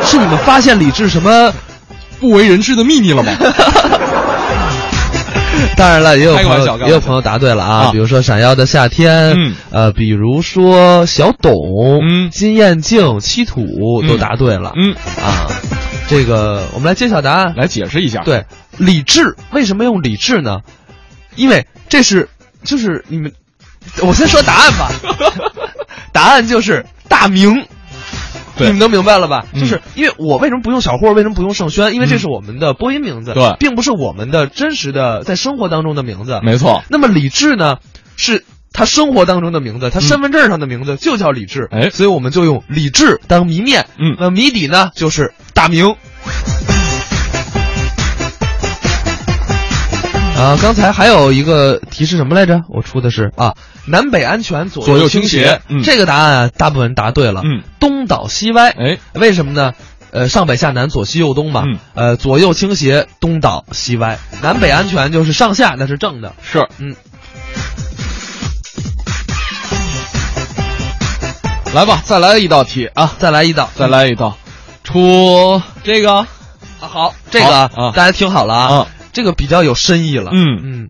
[SPEAKER 1] 是你们发现李志什么
[SPEAKER 2] 不为人知的秘密 了吗？
[SPEAKER 1] 当然了，也有
[SPEAKER 2] 开个
[SPEAKER 1] 朋
[SPEAKER 2] 玩笑
[SPEAKER 1] 友
[SPEAKER 2] 开个
[SPEAKER 1] 也有
[SPEAKER 2] 玩笑
[SPEAKER 1] 朋友答对了啊，
[SPEAKER 2] 啊
[SPEAKER 1] 比如说《闪耀的夏天》，
[SPEAKER 2] 嗯，
[SPEAKER 1] 呃，比如说小董、嗯、金燕静、七土都答对了，
[SPEAKER 2] 嗯
[SPEAKER 1] 啊，这个我们来揭晓答案，
[SPEAKER 2] 来解释一下。
[SPEAKER 1] 对，李志为什么用李志呢？因为这是就是你们我先说答案 吧，答案就是大明。你们能明白了吧？就是因为我为什么不用小霍，为什么不用盛轩？因为这是我们的播音名字，
[SPEAKER 2] 对
[SPEAKER 1] 并不是我们的真实的在生活当中的名字。
[SPEAKER 2] 没错
[SPEAKER 1] 那么李志呢，是他生活当中的名字，他身份证上的名字就叫李志，哎，所以我们就用李志当谜面。嗯，那谜底呢就是大明。啊，刚才还有一个提示什么来着？我出的是啊，南北安全左
[SPEAKER 2] 左右
[SPEAKER 1] 倾
[SPEAKER 2] 倾斜嗯
[SPEAKER 1] 这个答案啊，大部分人答对了。
[SPEAKER 2] 嗯，
[SPEAKER 1] 东倒西歪。哎，为什么呢？呃，上北下南，左西右东嘛。嗯。呃，左右倾斜，东倒西歪，南北安全就是上下那是正的。
[SPEAKER 2] 是。
[SPEAKER 1] 嗯。
[SPEAKER 2] 来吧，再来一道题啊！
[SPEAKER 1] 再来一道，
[SPEAKER 2] 再来一道，出这个。
[SPEAKER 1] 啊，好，这个啊大家听好了啊，这个比较有深意了。
[SPEAKER 2] 嗯
[SPEAKER 1] 嗯，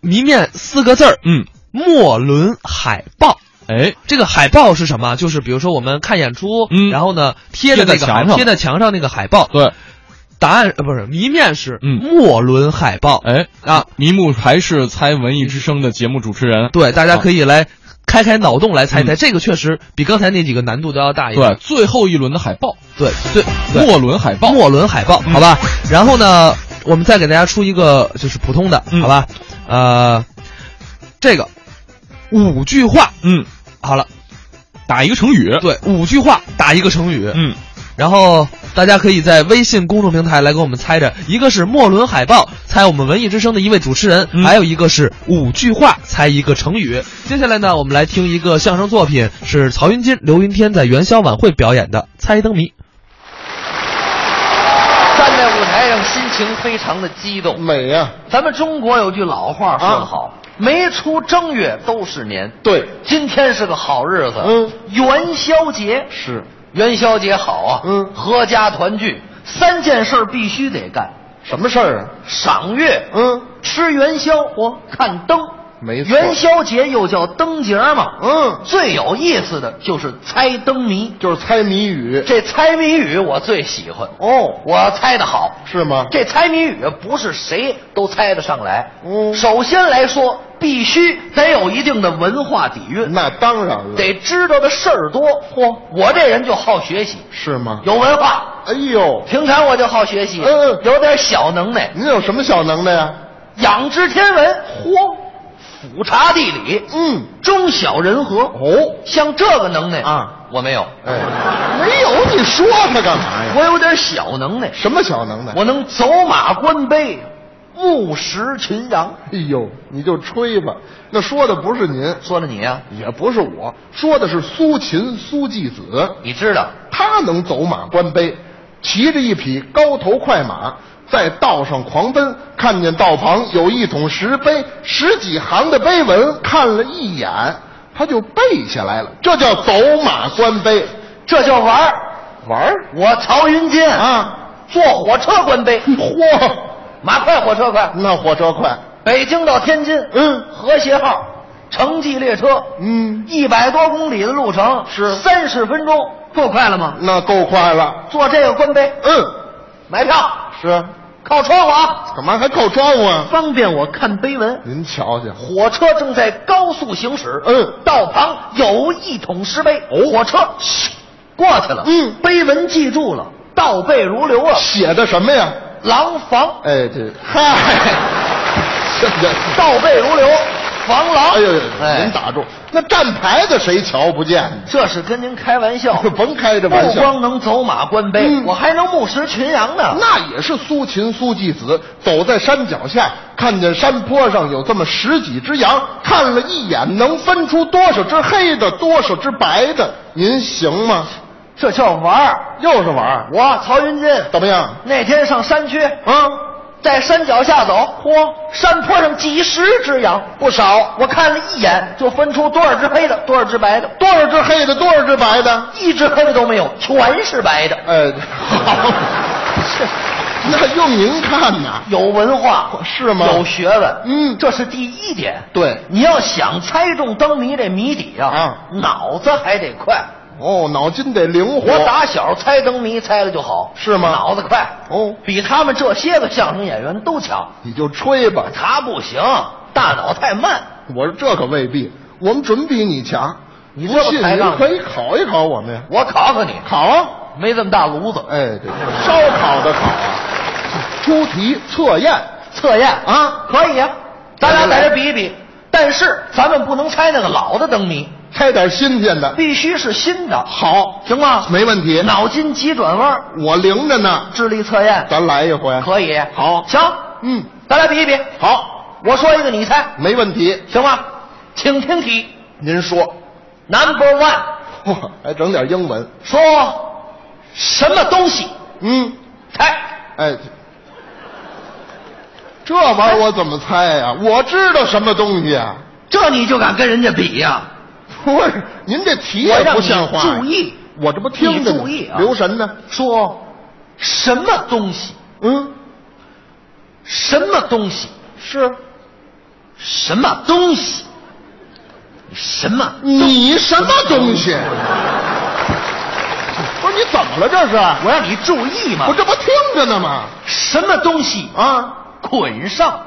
[SPEAKER 1] 谜面四个字儿。
[SPEAKER 2] 嗯，
[SPEAKER 1] 莫伦海报。
[SPEAKER 2] 哎，
[SPEAKER 1] 这个海报是什么？就是比如说我们看演出，嗯，然后呢贴着那个
[SPEAKER 2] 贴在墙
[SPEAKER 1] 海
[SPEAKER 2] 上嗯
[SPEAKER 1] 贴在墙上那个海报。
[SPEAKER 2] 对，
[SPEAKER 1] 答案呃不是谜面是
[SPEAKER 2] 莫
[SPEAKER 1] 伦海报，
[SPEAKER 2] 嗯哎
[SPEAKER 1] 啊，
[SPEAKER 2] 迷目还是猜文艺之声的节目主持人，
[SPEAKER 1] 对，大家可以来开开脑洞来猜猜，
[SPEAKER 2] 嗯
[SPEAKER 1] 这个确实比刚才那几个难度都要大一
[SPEAKER 2] 对
[SPEAKER 1] 点。
[SPEAKER 2] 最后一轮的海报，
[SPEAKER 1] 对对对，
[SPEAKER 2] 末轮海嗯报，
[SPEAKER 1] 末轮海报，好吧。然后呢，我们再给大家出一个就是普通的，
[SPEAKER 2] 嗯
[SPEAKER 1] 好吧？呃，这个五句话，
[SPEAKER 2] 嗯，
[SPEAKER 1] 好了，
[SPEAKER 2] 打一个成语，
[SPEAKER 1] 对，五句话打一个成语，
[SPEAKER 2] 嗯。
[SPEAKER 1] 然后大家可以在微信公众平台来给我们猜着，一个是末轮海报，猜我们文艺之声的一位主持人，
[SPEAKER 2] 嗯
[SPEAKER 1] 还有一个是五句话猜一个成语。接下来呢，我们来听一个相声作品，是曹云金、刘云天在元宵晚会表演的《猜灯谜》。
[SPEAKER 14] 站在舞台上，心情非常的激动，美呀、咱们中国有句老话说得好，没出正月都是年。啊对，今天是个好日子，嗯，元宵节是元宵节好啊，嗯，合家团聚，三件事儿必须得干。什么事儿啊？赏月，嗯，吃元宵，我看灯。没错，元宵节又叫灯节嘛，嗯，最有意思的就是猜灯谜，就是猜谜语。这猜谜语我最喜欢哦，我猜的好是吗？这猜谜语不是谁都猜得上来，嗯，首先来说必须得有一定的文化底蕴，那当然了，得知道的事儿多。嚯，我这人就好学习，是吗？有文化，哎呦，平常我就好学习，嗯，有点小能耐。您有什么小能耐啊呀、仰知天文，嚯。俯察地理，嗯，中小人和哦，像这个能耐啊，我没有，哎，没有，你说他干嘛呀？我有点小能耐，什么小能耐？我能走马观碑，目识群羊。哎呦，你就吹吧，那说的不是您，说的你呀、也不是我，说的是苏秦苏季子，你知道他能走马观碑，骑着一匹高头快马，在道上狂奔，看见道旁有一桶石碑，十几行的碑文，看了一眼，他就背下来了。这叫走马观碑，这叫玩儿玩儿。我曹云金啊，坐火车观碑，嚯，马快火车快，那火车快，北京到天津，嗯，和谐号。城际列车，嗯，一百多公里的路程是三十分钟，够快了吗？那够快了。坐这个观碑，嗯，买票是靠窗户啊。干嘛还靠窗户啊？方便我看碑文。您瞧瞧，火车正在高速行驶，嗯，道旁有一桶石碑，火车嘘过去了，嗯，碑文记住了，倒背如流啊。写的什么呀？廊坊。哎，这嗨。倒背如流，防狼。哎呦，您打住！那站牌子谁瞧不见？这是跟您开玩笑， 甭开这玩笑。不光能走马观碑，我还能目识群羊呢。那也是苏秦苏季子走在山脚下，看见山坡上有这么十几只羊，看了一眼能分出多少只黑的，多少只白的，您行吗？这叫玩儿，又是玩儿。我曹云金怎么样？那天上山区，嗯，在山脚下走，嚯，山坡上几十只羊，不少。我看了一眼，就分出多少只黑的，多少只白的，多少只黑的，多少只白的，一只黑的都没有，全是白的。哎，好，那用您看呐，有文化是吗？有学问，嗯，这是第一点。对，你要想猜中灯谜这谜底啊，脑子还得快。哦，脑筋得灵活。我打小猜灯谜猜的就好，是吗？脑子快哦，比他们这些个相声演员都强。你就吹吧，他不行，大脑太慢。我说这可未必，我们准比你强。
[SPEAKER 1] 你
[SPEAKER 14] 不
[SPEAKER 1] 这么
[SPEAKER 14] 信
[SPEAKER 1] 抬
[SPEAKER 14] 您
[SPEAKER 1] 杠
[SPEAKER 14] 可以考一考我们呀。
[SPEAKER 1] 我考考你，
[SPEAKER 14] 考啊，
[SPEAKER 1] 没这么大炉子。
[SPEAKER 14] 哎，对，烧烤的烤啊，出题测验，
[SPEAKER 1] 测验
[SPEAKER 14] 啊，哎
[SPEAKER 1] 可以啊，咱俩在这比一比，但是咱们不能拆那个老的灯谜，
[SPEAKER 14] 开点新鲜的，
[SPEAKER 1] 必须是新的。
[SPEAKER 14] 好，
[SPEAKER 1] 行吗？
[SPEAKER 14] 没问题。
[SPEAKER 1] 脑筋急转弯，
[SPEAKER 14] 我灵着呢，
[SPEAKER 1] 智力测验，
[SPEAKER 14] 咱来一回，
[SPEAKER 1] 可以。
[SPEAKER 14] 好，
[SPEAKER 1] 行，
[SPEAKER 14] 嗯，
[SPEAKER 1] 咱俩比一比。
[SPEAKER 14] 好，
[SPEAKER 1] 我说一个，你猜，
[SPEAKER 14] 没问题。
[SPEAKER 1] 行吗？请听题
[SPEAKER 14] 您说，
[SPEAKER 1] number one，
[SPEAKER 14] 嚯，还整点英文，
[SPEAKER 1] 说什么东西？
[SPEAKER 14] 嗯，
[SPEAKER 1] 猜，
[SPEAKER 14] 哎，这玩意儿我怎么猜呀、我知道什么东西啊？
[SPEAKER 1] 这你就敢跟人家比呀、
[SPEAKER 14] 不是，您这题
[SPEAKER 1] 我
[SPEAKER 14] 也
[SPEAKER 1] 让
[SPEAKER 14] 不
[SPEAKER 1] 你
[SPEAKER 14] 像话。
[SPEAKER 1] 注意，
[SPEAKER 14] 我这不听着
[SPEAKER 1] 你
[SPEAKER 14] 呢
[SPEAKER 1] 注意啊
[SPEAKER 14] 留神呢。
[SPEAKER 1] 说什么东西？
[SPEAKER 14] 嗯，
[SPEAKER 1] 什么东西？
[SPEAKER 14] 是
[SPEAKER 1] 什么东西？什么？
[SPEAKER 14] 你什么 东西？不是你怎么了？这是？
[SPEAKER 1] 我让你注意嘛！
[SPEAKER 14] 我这不听着呢吗？
[SPEAKER 1] 什么东西
[SPEAKER 14] 啊，
[SPEAKER 1] 捆上，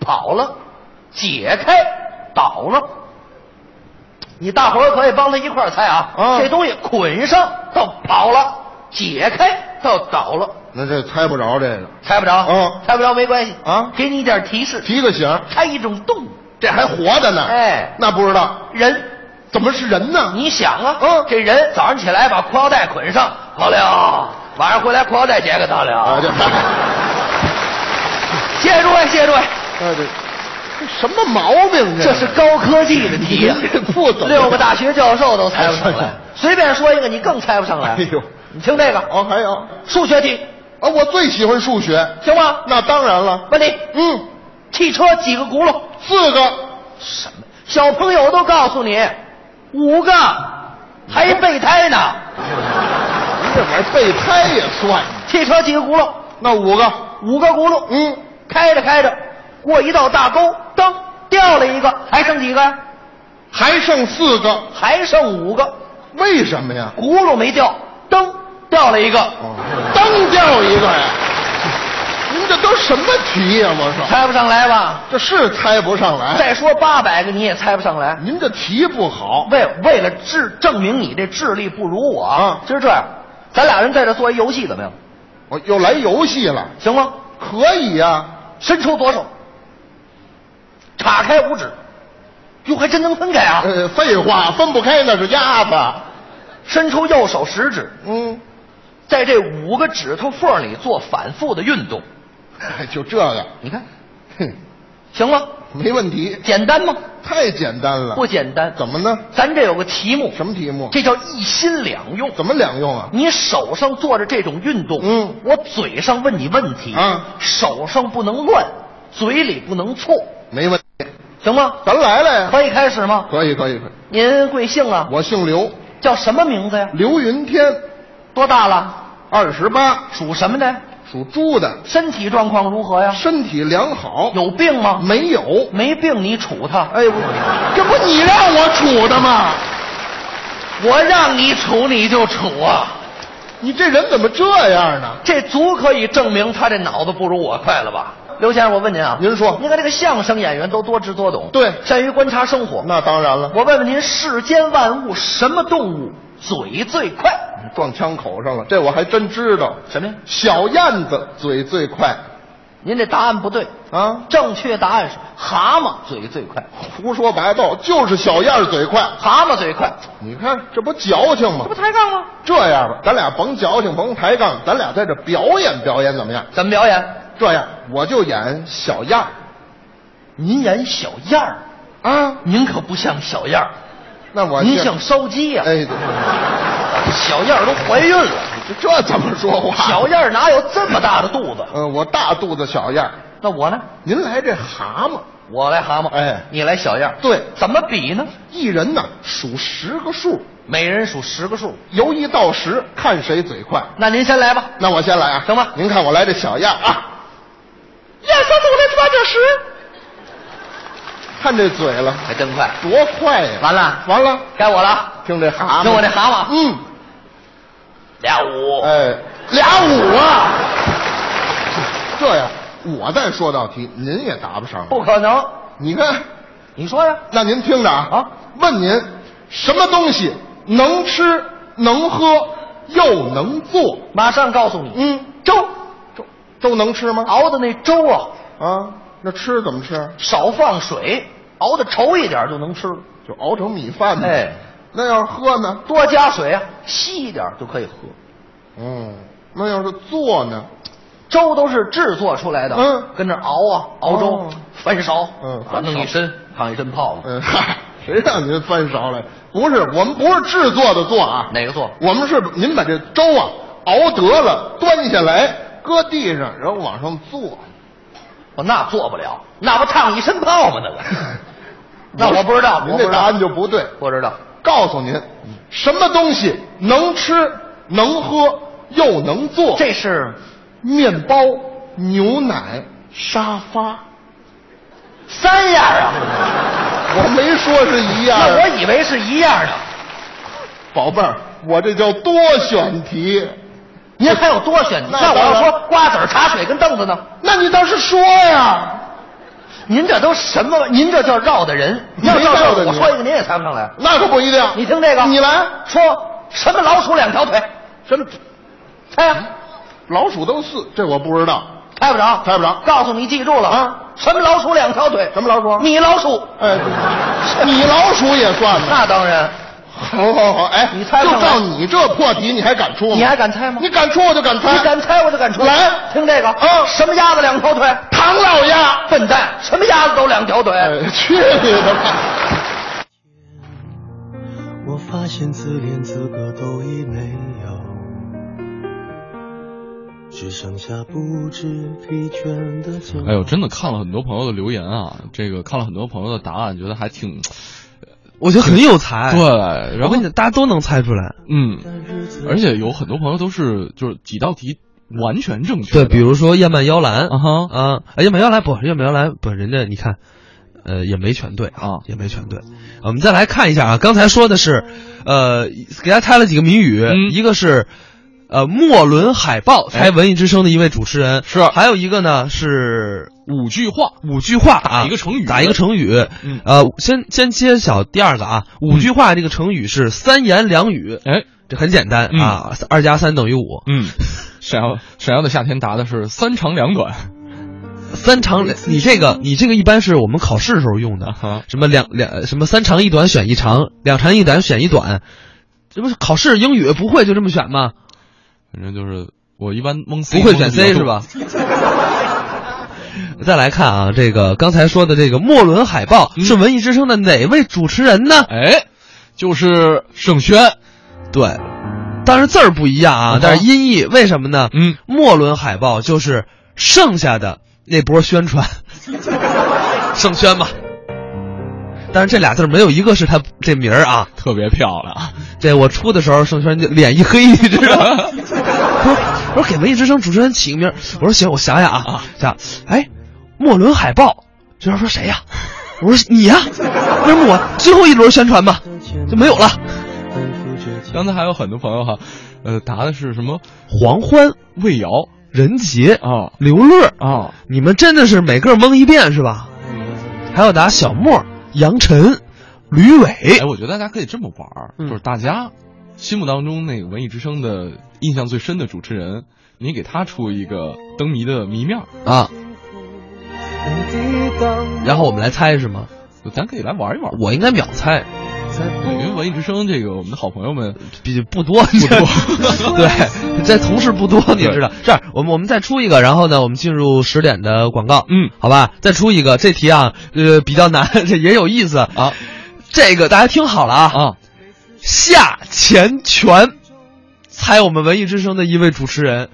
[SPEAKER 1] 跑了，解开，倒了。你大伙儿可以帮他一块儿猜啊！
[SPEAKER 14] 啊
[SPEAKER 1] 这东西捆上到跑了，解开到倒了，
[SPEAKER 14] 那这猜不着这个，
[SPEAKER 1] 猜不着，
[SPEAKER 14] 嗯
[SPEAKER 1] 猜不着没关系
[SPEAKER 14] 啊
[SPEAKER 1] 给你一点提示，
[SPEAKER 14] 提个醒儿，
[SPEAKER 1] 猜一种动物，
[SPEAKER 14] 这还活着呢。
[SPEAKER 1] 哎，
[SPEAKER 14] 那不知道
[SPEAKER 1] 人。
[SPEAKER 14] 怎么是人呢？
[SPEAKER 1] 你想啊，
[SPEAKER 14] 嗯
[SPEAKER 1] 这人早上起来把裤腰带捆上，好了，晚上回来裤腰带解开它
[SPEAKER 14] 啊，
[SPEAKER 1] 了。
[SPEAKER 14] 这，
[SPEAKER 1] 谢谢诸位，谢谢诸位，
[SPEAKER 14] 哎这这什么毛病？
[SPEAKER 1] 这是高科技的题呀、
[SPEAKER 14] 这不怎么
[SPEAKER 1] 六个大学教授都猜不上来，随便说一个你更猜不上来。
[SPEAKER 14] 哎呦
[SPEAKER 1] 你听这个
[SPEAKER 14] 哦，还有啊，
[SPEAKER 1] 数学题，
[SPEAKER 14] 我最喜欢数学，
[SPEAKER 1] 行吗？
[SPEAKER 14] 那当然了。
[SPEAKER 1] 问你，
[SPEAKER 14] 嗯，
[SPEAKER 1] 汽车几个轱辘？
[SPEAKER 14] 四个，
[SPEAKER 1] 什么？小朋友都告诉你，五个，还一备胎呢。
[SPEAKER 14] 您这玩意儿备胎也算，
[SPEAKER 1] 汽车几个轱辘？
[SPEAKER 14] 那五个，
[SPEAKER 1] 五个轱辘，
[SPEAKER 14] 嗯，
[SPEAKER 1] 开着开着，过一道大沟，噔，掉了一个，还剩几个呀？
[SPEAKER 14] 还剩四个，
[SPEAKER 1] 还剩五个，
[SPEAKER 14] 为什么呀？
[SPEAKER 1] 轱辘没掉，噔，掉了一个，
[SPEAKER 14] 当掉一个呀！您这都什么题呀、我说，
[SPEAKER 1] 猜不上来吧？
[SPEAKER 14] 这是猜不上来。
[SPEAKER 1] 再说八百个你也猜不上来。
[SPEAKER 14] 您这题不好，
[SPEAKER 1] 为为了智证明你这智力不如我啊，
[SPEAKER 14] 嗯
[SPEAKER 1] 今儿这样，咱俩人在这做一游戏怎么样？
[SPEAKER 14] 我又来游戏了，
[SPEAKER 1] 行吗？啊
[SPEAKER 14] 可以呀、
[SPEAKER 1] 伸出左手，岔开五指，哟，还真能分开啊！
[SPEAKER 14] 呃，废话，分不开那是鸭子。
[SPEAKER 1] 伸出右手食指，
[SPEAKER 14] 嗯，
[SPEAKER 1] 在这五个指头缝里做反复的运动，
[SPEAKER 14] 哎就这个，
[SPEAKER 1] 你看
[SPEAKER 14] 哼，
[SPEAKER 1] 行吗？
[SPEAKER 14] 没问题，
[SPEAKER 1] 简单吗？
[SPEAKER 14] 太简单了。
[SPEAKER 1] 不简单，
[SPEAKER 14] 怎么呢？
[SPEAKER 1] 咱这有个题目，
[SPEAKER 14] 什么题目？
[SPEAKER 1] 这叫一心两用。
[SPEAKER 14] 怎么两用啊？
[SPEAKER 1] 你手上做着这种运动，
[SPEAKER 14] 嗯
[SPEAKER 1] 我嘴上问你问题，
[SPEAKER 14] 嗯
[SPEAKER 1] 啊手上不能乱，嘴里不能错，
[SPEAKER 14] 没问题，
[SPEAKER 1] 行吗？
[SPEAKER 14] 咱来了呀。
[SPEAKER 1] 可以开始吗？
[SPEAKER 14] 可以，可以，可以。
[SPEAKER 1] 您贵姓啊？
[SPEAKER 14] 我姓刘，
[SPEAKER 1] 叫什么名字呀？
[SPEAKER 14] 刘云天，
[SPEAKER 1] 多大了？
[SPEAKER 14] 二十八，
[SPEAKER 1] 属什么的？
[SPEAKER 14] 属猪的，
[SPEAKER 1] 身体状况如何呀？
[SPEAKER 14] 身体良好。
[SPEAKER 1] 有病吗？
[SPEAKER 14] 没有？
[SPEAKER 1] 没病，你杵他。
[SPEAKER 14] 哎，我这不你让我处的吗？
[SPEAKER 1] 我让你杵你就杵啊！
[SPEAKER 14] 你这人怎么这样呢？
[SPEAKER 1] 这足可以证明他这脑子不如我快了吧？刘先生，我问您啊，
[SPEAKER 14] 您说
[SPEAKER 1] 您看这个相声演员都多知多懂，
[SPEAKER 14] 对
[SPEAKER 1] 善于观察生活。
[SPEAKER 14] 那当然了，
[SPEAKER 1] 我问问您，世间万物什么动物嘴最快？
[SPEAKER 14] 撞枪口上了，这我还真知道。
[SPEAKER 1] 什么呀？
[SPEAKER 14] 小燕子嘴最快
[SPEAKER 1] 您这答案不对，
[SPEAKER 14] 啊，
[SPEAKER 1] 正确答案是蛤蟆嘴最快，
[SPEAKER 14] 胡说八道，就是小燕儿嘴快。
[SPEAKER 1] 蛤蟆嘴快，
[SPEAKER 14] 你看，这不矫情吗
[SPEAKER 1] 这不？抬杠吗？
[SPEAKER 14] 这样吧，咱俩甭矫情，甭抬杠，咱俩在这表演表演怎么样？
[SPEAKER 1] 怎么表演？
[SPEAKER 14] 这样，我就演小燕儿
[SPEAKER 1] 您演小燕儿，
[SPEAKER 14] 啊，
[SPEAKER 1] 您可不像小燕儿，
[SPEAKER 14] 那我
[SPEAKER 1] 您
[SPEAKER 14] 就
[SPEAKER 1] 像烧鸡呀、
[SPEAKER 14] 哎，
[SPEAKER 1] 小燕儿都怀孕了，
[SPEAKER 14] 这这怎么说话？
[SPEAKER 1] 小燕儿哪有这么大的肚子？
[SPEAKER 14] 嗯，我大肚子小燕儿，
[SPEAKER 1] 那我呢？
[SPEAKER 14] 您来这蛤蟆，
[SPEAKER 1] 我来蛤蟆，
[SPEAKER 14] 哎
[SPEAKER 1] 你来小燕儿，
[SPEAKER 14] 对
[SPEAKER 1] 怎么比呢？
[SPEAKER 14] 一人呢数十个数，
[SPEAKER 1] 每人数十个数，
[SPEAKER 14] 由一到十，看谁嘴快。
[SPEAKER 1] 那您先来吧。
[SPEAKER 14] 那我先来啊，
[SPEAKER 1] 行吧
[SPEAKER 14] 您看我来这小样啊，
[SPEAKER 1] 燕三四五六七八九十，
[SPEAKER 14] 看这嘴了，
[SPEAKER 1] 还真快。
[SPEAKER 14] 多快呀！
[SPEAKER 1] 完了
[SPEAKER 14] 完了，
[SPEAKER 1] 该我了，
[SPEAKER 14] 听这蛤蟆，
[SPEAKER 1] 听我这蛤蟆
[SPEAKER 14] 嗯，
[SPEAKER 1] 俩五，
[SPEAKER 14] 哎，
[SPEAKER 1] 俩五啊，
[SPEAKER 14] 这样我再说道题，您也答不上。
[SPEAKER 1] 不可能，
[SPEAKER 14] 你看，你说呀？
[SPEAKER 15] 那您听着啊，啊，问您什么东西能吃能喝又能做？
[SPEAKER 14] 马上告诉你，
[SPEAKER 15] 嗯，粥，粥，粥能吃吗？
[SPEAKER 14] 熬的那粥啊，
[SPEAKER 15] 啊，那吃怎么吃？
[SPEAKER 14] 少放水，熬的稠一点就能吃，
[SPEAKER 15] 就熬成米饭呗。
[SPEAKER 14] 哎，
[SPEAKER 15] 那要是喝呢？
[SPEAKER 14] 多加水啊，稀一点就可以喝。
[SPEAKER 15] 嗯，那要是做呢？
[SPEAKER 14] 粥都是制作出来的，
[SPEAKER 15] 嗯，
[SPEAKER 14] 跟那儿熬啊，熬粥，
[SPEAKER 15] 哦
[SPEAKER 14] 翻勺，
[SPEAKER 15] 嗯
[SPEAKER 14] 啊弄一身，烫一身泡子。
[SPEAKER 15] 嗯，嗨，谁让您翻勺来？不是，我们不是制作的做啊，
[SPEAKER 14] 哪个做？
[SPEAKER 15] 我们是您把这粥啊熬得了，端下来，搁地上，然后往上做。
[SPEAKER 14] 我哦那做不了，那不烫一身 泡吗？那个，那我不知道，
[SPEAKER 15] 您这答案就不对。
[SPEAKER 14] 不知道。
[SPEAKER 15] 告诉您，什么东西能吃、能喝又能做？
[SPEAKER 14] 这是
[SPEAKER 15] 面包、牛奶、沙发，
[SPEAKER 14] 三样啊，
[SPEAKER 15] 我没说是一样。
[SPEAKER 14] 那我以为是一样的。
[SPEAKER 15] 宝贝儿，我这叫多选题。
[SPEAKER 14] 您还有多选？
[SPEAKER 15] 那
[SPEAKER 14] 那我
[SPEAKER 15] 当
[SPEAKER 14] 要
[SPEAKER 15] 然
[SPEAKER 14] 说瓜子儿、茶水跟凳子呢？
[SPEAKER 15] 那你倒是说呀。
[SPEAKER 14] 您这都什么？您这叫绕的人。
[SPEAKER 15] 没
[SPEAKER 14] 要绕
[SPEAKER 15] 绕的
[SPEAKER 14] 我
[SPEAKER 15] 你
[SPEAKER 14] 说一个您也猜不上来。
[SPEAKER 15] 那可不一定。
[SPEAKER 14] 你听这个，
[SPEAKER 15] 你来
[SPEAKER 14] 说什么老鼠两条腿？什么？猜啊，
[SPEAKER 15] 嗯老鼠都四，这我不知道。
[SPEAKER 14] 猜不着，
[SPEAKER 15] 猜不着
[SPEAKER 14] 告诉你，记住了
[SPEAKER 15] 啊！
[SPEAKER 14] 什么老鼠两条腿？
[SPEAKER 15] 什么老鼠
[SPEAKER 14] 米老鼠。
[SPEAKER 15] 哎，米老鼠也算吗？
[SPEAKER 14] 那当然，
[SPEAKER 15] 好好好，哎，
[SPEAKER 14] 你猜不
[SPEAKER 15] 就
[SPEAKER 14] 上来
[SPEAKER 15] 照你这破题，你还敢出吗？
[SPEAKER 14] 你还敢猜吗
[SPEAKER 15] 你敢出我就敢猜。
[SPEAKER 14] 你敢猜我就敢出。
[SPEAKER 15] 来
[SPEAKER 14] 听这个
[SPEAKER 15] 啊
[SPEAKER 14] 什么鸭子两条腿？
[SPEAKER 15] 唐老鸭？
[SPEAKER 14] 笨蛋，什么鸭子都两条腿。
[SPEAKER 15] 哎，去你的吧！
[SPEAKER 16] 我发现自恋资格都已没有，只剩下不知疲倦的肩
[SPEAKER 2] 哎呦，真的看了很多朋友的留言啊，这个看了很多朋友的答案，觉得还挺
[SPEAKER 1] 我觉得很有才。
[SPEAKER 2] 对，然
[SPEAKER 1] 哎我
[SPEAKER 2] 后
[SPEAKER 1] 跟你讲，大家都能猜出来。
[SPEAKER 2] 嗯，而且有很多朋友都是就是几道题完全正确
[SPEAKER 1] 对，
[SPEAKER 2] 的，
[SPEAKER 1] 比如说燕麦摇篮
[SPEAKER 2] 啊哈
[SPEAKER 1] 啊，哎燕麦摇篮不，燕麦摇篮不，人家你看，呃，也没全对啊，也没全对。我们再来看一下啊，刚才说的是，呃，给大家猜了几个谜语，
[SPEAKER 2] 嗯
[SPEAKER 1] 一个是。呃，莫伦海报
[SPEAKER 2] 哎
[SPEAKER 1] 才文艺之声的一位主持人是，还有一个呢是
[SPEAKER 2] 五句话，
[SPEAKER 1] 五句话啊，
[SPEAKER 2] 打一个成语
[SPEAKER 1] 打一个成语。
[SPEAKER 2] 嗯
[SPEAKER 1] 呃，先先揭晓第二个啊，五句话这个成语是三言两语，
[SPEAKER 2] 哎，
[SPEAKER 1] 这很简单
[SPEAKER 2] 嗯
[SPEAKER 1] 啊，二加三等于五。
[SPEAKER 2] 嗯，沈阳沈阳的夏天答的是三长两短，
[SPEAKER 1] 三长，你这个你这个一般是我们考试时候用的，
[SPEAKER 2] 哈
[SPEAKER 1] 什么两两什么三长一短选一长，两长一短选一短，这不是考试英语不会就这么选吗？
[SPEAKER 2] 反正就是我一般蒙 C
[SPEAKER 1] 不会
[SPEAKER 2] 蒙得
[SPEAKER 1] 选 C
[SPEAKER 2] 比较多
[SPEAKER 1] 是 吧？？再来看啊，这个刚才说的这个莫伦海报是文艺之声的哪位主持人呢？
[SPEAKER 2] 嗯哎，就是盛轩，
[SPEAKER 1] 对，当然字儿不一样啊
[SPEAKER 2] 嗯，
[SPEAKER 1] 但是音译为什么呢？
[SPEAKER 2] 嗯，
[SPEAKER 1] 莫伦海报就是剩下的那波宣传，盛宣嘛。但是这俩字儿没有一个是他这名儿啊。
[SPEAKER 2] 特别漂亮，
[SPEAKER 1] 这我出的时候，盛轩就脸一黑，你知道 吗？我说我说给文艺之声主持人起个名儿，我说行，我想想啊，想，哎，莫伦海报，这人说谁呀、我说你呀、为什么我最后一轮宣传嘛，就没有了。
[SPEAKER 2] 刚才还有很多朋友哈，呃，答的是什么
[SPEAKER 1] 黄欢、
[SPEAKER 2] 魏瑶
[SPEAKER 1] 任杰、
[SPEAKER 2] 啊
[SPEAKER 1] 刘乐，
[SPEAKER 2] 啊，
[SPEAKER 1] 你们真的是每个蒙一遍是吧？还有打小莫、杨晨、吕
[SPEAKER 2] 哎，
[SPEAKER 1] 伟，
[SPEAKER 2] 我觉得大家可以这么玩儿，
[SPEAKER 1] 嗯
[SPEAKER 2] 就是大家心目当中那个文艺之声的印象最深的主持人，你给他出一个灯谜的谜面儿，
[SPEAKER 1] 啊，
[SPEAKER 16] 抵挡
[SPEAKER 1] 然后我们来猜是吗？
[SPEAKER 2] 咱可以来玩一玩。
[SPEAKER 1] 我应该秒猜，
[SPEAKER 2] 因为文艺之声这个我们的好朋友们，
[SPEAKER 1] 比不多，不
[SPEAKER 2] 多
[SPEAKER 1] 对，这同事不多，你知道。这样，我们我们再出一个，然后呢，我们进入十点的广告，
[SPEAKER 2] 嗯，
[SPEAKER 1] 好吧，再出一个。这题啊，呃，比较难， 这也有意思啊。这个大家听好了啊
[SPEAKER 2] 啊，
[SPEAKER 1] 夏前泉，猜我们文艺之声的一位主持人，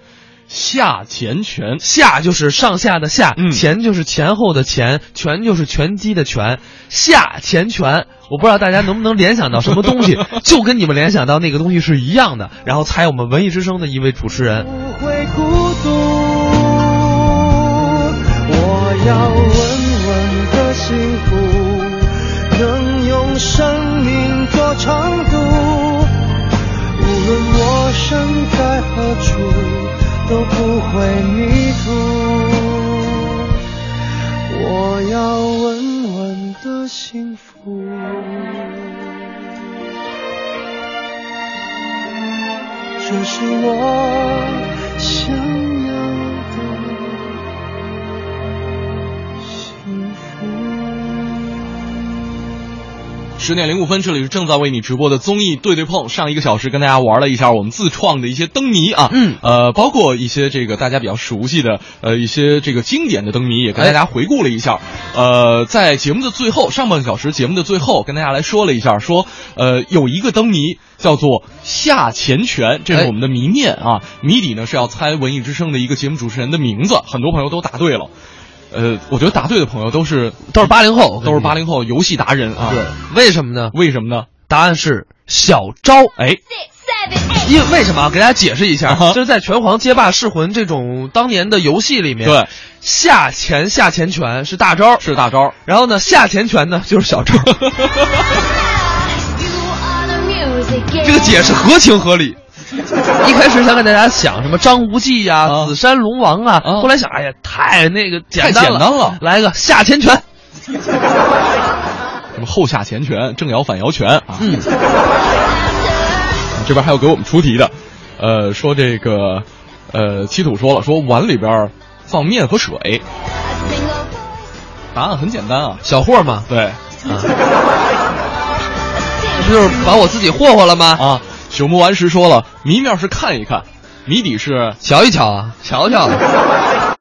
[SPEAKER 2] 下前拳
[SPEAKER 1] 夏就是上下的夏，
[SPEAKER 2] 嗯
[SPEAKER 1] 前就是前后的前，拳就是拳击的拳，夏前拳。我不知道大家能不能联想到什么东西，就跟你们联想到那个东西是一样的，然后猜我们文艺之声的一位主持人。
[SPEAKER 16] 不会孤独。我要稳稳的幸福，能用生命做长度。无论我身在何处，都不会迷途。我要稳稳的。幸福。这是我想要的幸
[SPEAKER 2] 十点零五分，这里是正在为你直播的综艺对对碰。上一个小时跟大家玩了一下我们自创的一些灯谜啊，嗯，呃，包括一些这个大家比较熟悉的，呃，一些这个经典的灯谜，也跟大家回顾了一下。呃，在节目的最后，上半个小时节目的最后，跟大家来说了一下，说，呃，有一个灯谜叫做下前拳，这是我们的谜面啊，谜底呢是要猜文艺之声的一个节目主持人的名字，很多朋友都答对了。呃，我觉得答对的朋友都是
[SPEAKER 1] 都是八零后，
[SPEAKER 2] 都是八零后游戏达人啊。
[SPEAKER 1] 对，为什么呢？
[SPEAKER 2] 为什么呢？
[SPEAKER 1] 答案是小昭。
[SPEAKER 2] 哎，
[SPEAKER 1] 因为为什么啊？给大家解释一下，就是在《拳皇街霸》《噬魂》这种当年的游戏里面，
[SPEAKER 2] 对，
[SPEAKER 1] 下前下前拳是大招，
[SPEAKER 2] 是大招。
[SPEAKER 1] 然后呢，下前拳呢就是小 招。这个解释合情合 理。一开始想给大家想什么张无忌呀、紫山龙王啊，后来想，哎呀，太那个简单
[SPEAKER 2] 太简单了
[SPEAKER 1] 来个下前拳。
[SPEAKER 2] 什么后下前拳、正摇反摇拳啊。
[SPEAKER 1] 嗯，
[SPEAKER 2] 这边还有给我们出题的，呃，说这个，呃，七土说了，说碗里边放面和水，答案很简单啊，
[SPEAKER 1] 小霍嘛，
[SPEAKER 2] 对，
[SPEAKER 1] 这就是把我自己霍霍了吗？
[SPEAKER 2] 啊，朽木顽石说了，谜面是看一看，谜底是
[SPEAKER 1] 瞧一瞧啊，瞧瞧。